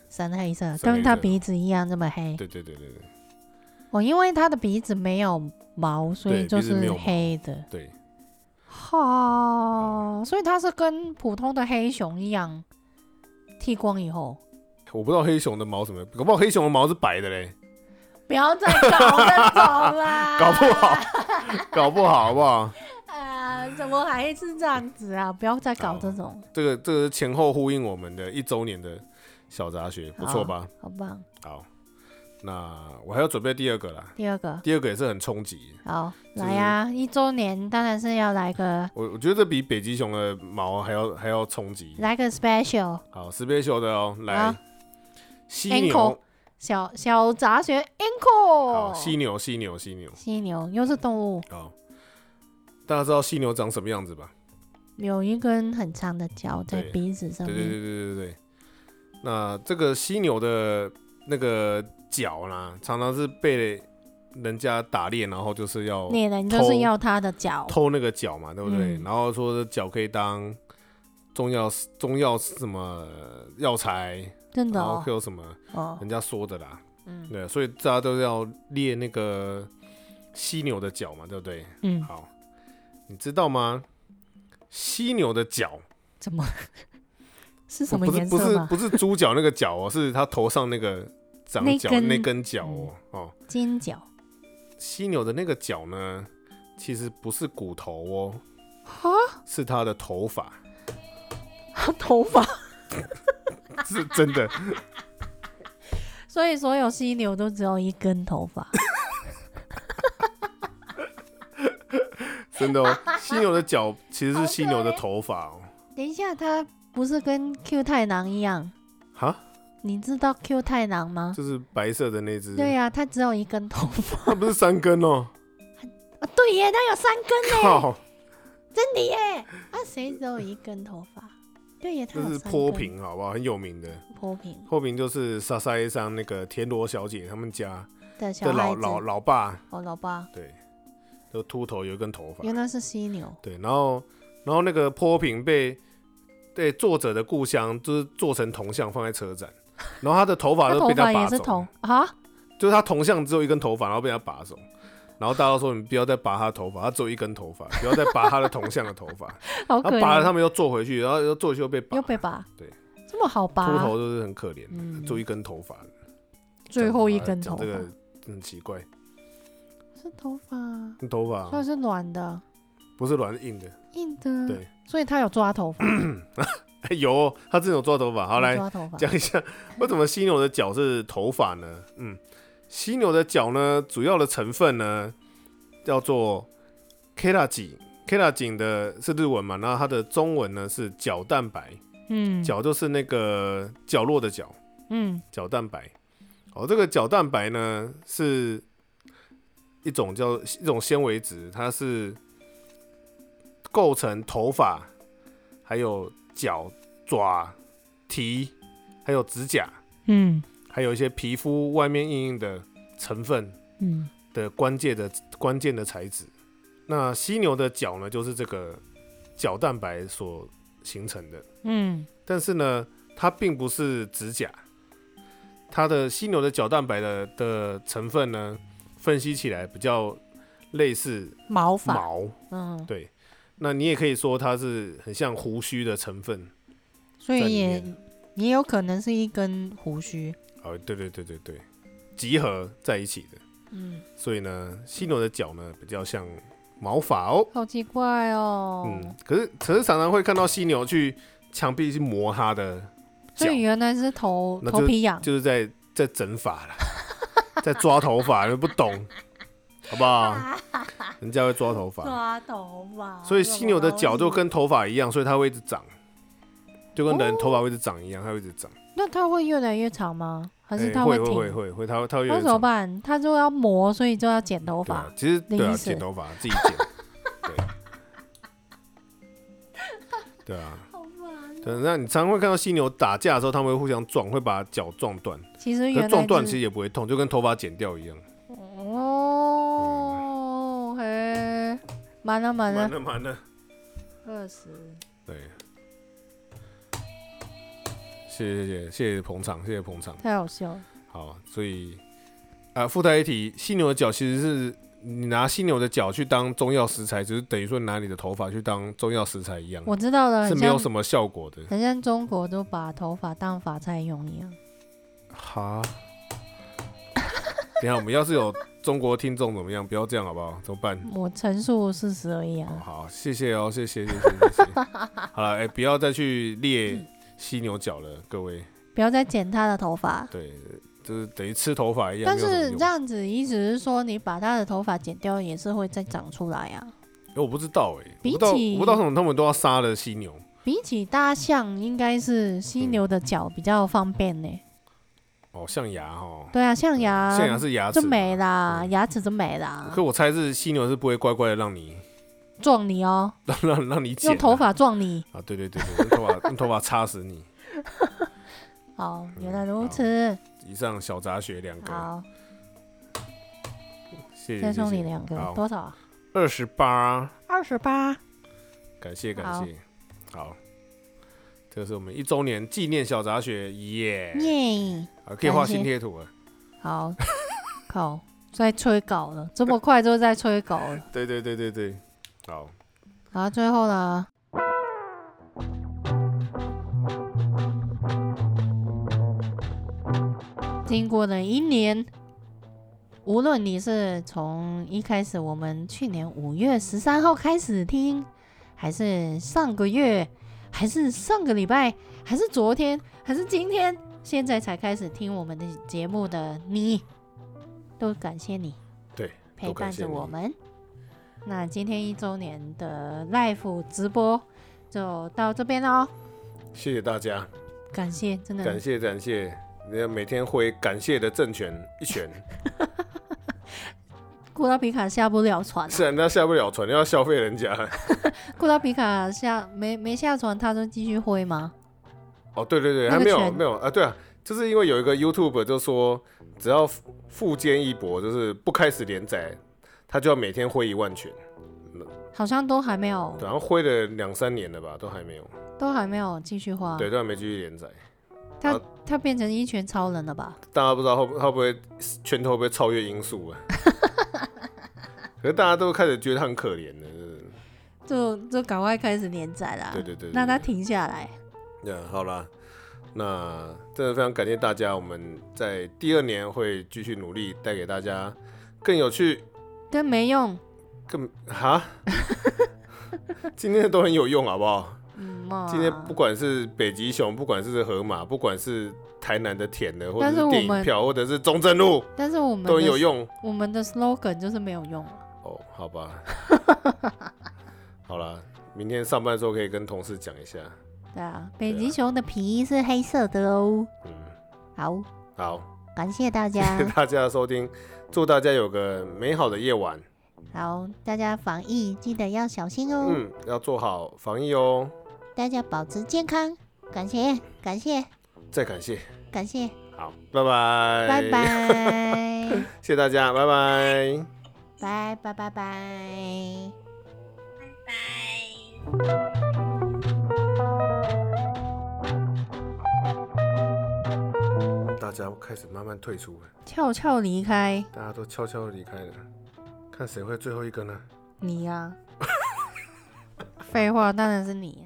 深黑色，深黑跟他色鼻子一样这么黑。对对对对对哦，因为他的鼻子没有毛，所以对就鼻子没是有毛黑的。对，嗯哈，所以它是跟普通的黑熊一样，剃光以后。我不知道黑熊的毛什么，搞不好黑熊的毛是白的嘞，不要再搞那种啦！ 搞不好，搞不好好不好？啊，怎么还是这样子啊？不要再搞这种，这个这个是前后呼应我们的一周年的小杂学，不错吧？好棒。好，那我还要准备第二个啦，第二个，第二个也是很冲击。好，就是来啊！一周年当然是要来个我我觉得这比北极熊的毛还要还要冲击。来啊个 special 好，special 的哦，来好，犀 Ankle 牛，小小杂学好， ankle 犀牛，犀牛，犀牛，犀牛又是动物，好，大家知道犀牛长什么样子吧？有一根很长的脚在对鼻子上对对对面，对对对。那这个犀牛的那个脚呢，常常是被人家打猎，然后就是要猎人就是偷要它的脚，偷那个脚嘛，对不对？嗯然后说这脚可以当中药，中药什么药材，真的然后哦会，有什么哦，人家说的啦，嗯对，所以大家都要猎那个犀牛的脚嘛，对不对？嗯，好，你知道吗？犀牛的脚怎么 是什么不是颜不色是吗？不是猪脚那个脚哦，是它头上那个长那角根嗯那根脚哦哦，金角，犀牛的那个脚呢，其实不是骨头哦，哈，是它的头发。头发，是真的，所以所有犀牛都只有一根头发，真的 哦。犀牛的脚其实是犀牛的头发哦。 等一下，它不是跟 Q 太郎一样？哈，你知道 Q 太郎吗？就是白色的那只。对呀、它只有一根头发。它不是三根哦。啊，对耶，它有三根呢，靠，真的耶。啊，谁只有一根头发？对耶，它这有是三坡根，平，好不好？很有名的坡平坡平，就是莎莎耶桑那个田螺小姐他们家的小的孩老子，老老爸，哦，老爸，对，就秃头有一根头发，原来是犀牛，对，然后然后那个坡平被对作者的故乡就是做成铜像放在车站，然后他的头发它都头被发他也拔是走头了，啊，就是他铜像只有一根头发，然后被他拔走。然后大家都说你不要再拔他的头发，他只有一根头发，不要再拔他的铜像的头发。 好然可后拔了他怜，们又坐回去，然后又坐回去又被拔，又被拔，对，这么好拔秃啊，头就是很可怜，嗯就一根头发。最后一根头讲发这个很奇怪，是头发，啊那头所发以是暖的，不是软硬的，硬的，对，所以他有抓头发，哎有哦他真的有抓头发。好有来抓头发，讲一下，为什么犀牛的角是头发呢？嗯，犀牛的角呢，主要的成分呢叫做 keratin。keratin 的是日文嘛，然后它的中文呢是角蛋白，嗯，角就是那个角落的角，嗯，角蛋白。哦，这个角蛋白呢是一种叫一种纤维质，它是构成头发、还有脚、爪、蹄、还有指甲，嗯，还有一些皮肤外面硬硬的成分嗯，的关键的关键的材质。那犀牛的角呢，就是这个角蛋白所形成的。嗯，但是呢，它并不是指甲，它的犀牛的角蛋白的的成分呢，分析起来比较类似毛发，毛，嗯，对。那你也可以说它是很像胡须的成分，所在以里也面也有可能是一根胡须，哦，对对对对对，集合在一起的。嗯，所以呢，犀牛的角呢比较像毛发哦，好奇怪哦，嗯，可是可是常常会看到犀牛去墙壁去磨它的所角，以原来是头那头皮痒，就是在在整发 了，在抓头发，你不懂，好不好？人家会抓头发，抓头发，所以犀牛的角就跟头发一样，所以它会一直长，就跟人头发会一直长一样，它会一直长，那它会越来越长吗？哦还是哎它会停？会会会，它会它会有那点怎么长。办？它就要磨，所以就要剪头对发啊，。其实对的啊，意思剪头发自己剪，对， 对啊。对，那你常会看到犀牛打架的时候，他们会互相撞，会把脚撞断。其实可原是来撞断就其实也不会痛，就跟头发剪掉一样。哦，嘿，啊满了满完了，了完了，二十，对。谢谢谢谢谢谢捧场，谢谢捧场。太好笑了。好，所以啊、附带一提，犀牛的角其实是你拿犀牛的角去当中药食材，只、是等于说拿你的头发去当中药食材一样，我知道嗯了，是很没有像什么效果的。很像中国都把头发当发菜用一样。哈， 等一下我们要是有中国听众怎么样？不要这样好不好？怎么办？我陈述事实而已哦，啊。好，谢谢哦，谢谢谢谢谢 谢。好了，哎、不要再去嗯猎犀牛角了，各位。不要再剪他的头发。对，就是等于吃头发一样。但没有什么是用这样子，意思是说你把他的头发剪掉，也是会再长出来啊。哎我不知道哎、我比不知道，起我不知道为什么他们都要杀了犀牛。比起大象，应该是犀牛的脚比较方便呢、哦，象牙哦，对啊，象牙，象牙是牙齿就没啦，嗯牙齿就没啦可，我猜是犀牛是不会乖乖的让你撞你哦、让让让你剪用的头发撞你。啊，对对对对，用头发用头发插死你。好，嗯原来如此。以上小杂学两个，好，谢谢再谢送你谢，两个好，多少？啊二十八，二十八。感谢感好谢，好，这是我们一周年纪念小杂学，耶、耶！好可以画感谢新贴图啊了，好， 靠，在催稿了，这么快就在催稿了。对对对对对，好，然后最后呢，经过了一年，无论你是从一开始我们去年五月十三号开始听，还是上个月，还是上个礼拜，还是昨天，还是今天，现在才开始听我们的节目的你，都感谢你。对，陪都感伴谢着我你们。那今天一周年的 live 直播就到这边喽，谢谢大家，感谢，真的感谢感谢，你要每天挥感谢的政权一拳，库拉皮卡下不了船、啊，是人家下不了船，要消费人家。 库拉皮卡下没没下船，他就继续挥吗？哦，对对对，那个还没有拳没有啊，对啊，就是因为有一个 YouTube 就说，只要富富坚义博就是不开始连载，他就要每天挥一万拳，好像都还没有，对然后挥了两三年了吧，都还没有，都还没有继续花。对，都还没继续连载。他啊他变成一拳超人了吧？大家不知道会不会不会拳头会不会超越音 速啊？可是大家都开始觉得他很可怜了，就是就就赶快开始连载啦。对对对对啊让他对停下来。那好啦，那真的非常感谢大家，我们在第二年会继续努力，带给大家更有趣、但没用，更 哈。今天的都很有用，好不好？嗯嘛。今天不管是北极熊，不管是河马，不管是台南的田的，或者但是是我电影们票，或者是中正路，但是我们都很的有用我们的 slogan 就是没有用啊。哦。好吧， 好啦，明天上班的时候可以跟同事讲一下。对啊，北极熊的皮是黑色的哦。嗯，好，好，感谢大家谢。谢大家的收听，祝大家有个美好的夜晚。好，大家防疫记得要小心哦。嗯，要做好防疫哦。大家保持健康。感谢，感谢，再感谢，感谢，好，拜拜，拜，拜， 谢谢大家，拜拜。拜拜拜拜。嗯大家开始慢慢退出了，悄悄离开大家都悄悄地离开了，看谁会最后一个呢？你呀、啊！废话，当然是你、啊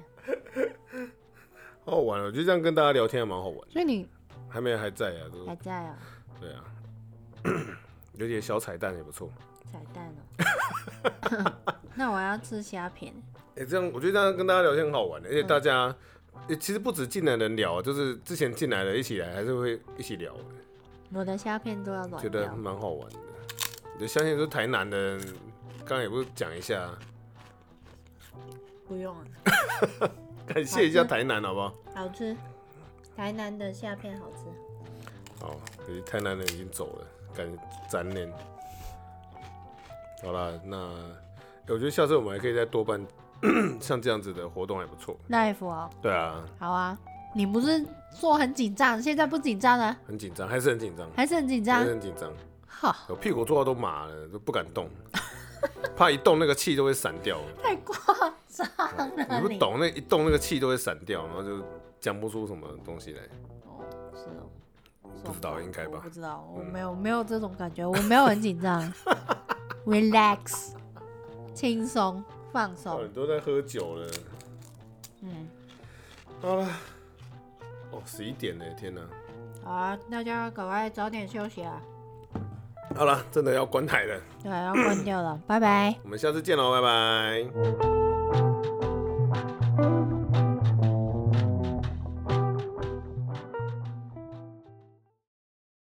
好好玩哦，我觉得这样跟大家聊天还蛮好玩的。所以你还没有还在啊，都还在啊？对啊， 有点小彩蛋也不错。彩蛋哦。 那我要吃虾片。哎、这样我觉得这样跟大家聊天很好玩欸的，而且大家、诶其实不止进来的人聊，啊就是之前进来的一起来还是会一起聊，欸我的虾片都要觉软得掉。蛮好玩的。我就相信是台南的人，刚刚也不是讲一下，不用了，感谢一下台南好不好？好吃。台南的虾片好吃。好，可惜台南人已经走了，感残念。好啦，那、诶我觉得下次我们还可以再多办 像这样子的活动，还不错。 life 哦，对啊，好啊。你不是说很紧张，现在不紧张了？很紧张，还是很紧张，还是很紧还张是？很紧张。好，我屁股坐到都麻了，都不敢动，怕一动那个气都会散掉。太夸张了你不懂，那一动那个气都会散掉，然后就讲不出什么东西来。哦，是哦。不知道应该吧我不知道，我嗯没有没有这种感觉，我没有很紧 张，relax，轻松放哦，松你，都在喝酒了。嗯，好了，哦，十一点了，天哪！好啊，大家赶快早点休息啊，好了，真的要关台了，对啊，要关掉了，拜拜。我们下次见喽，拜拜。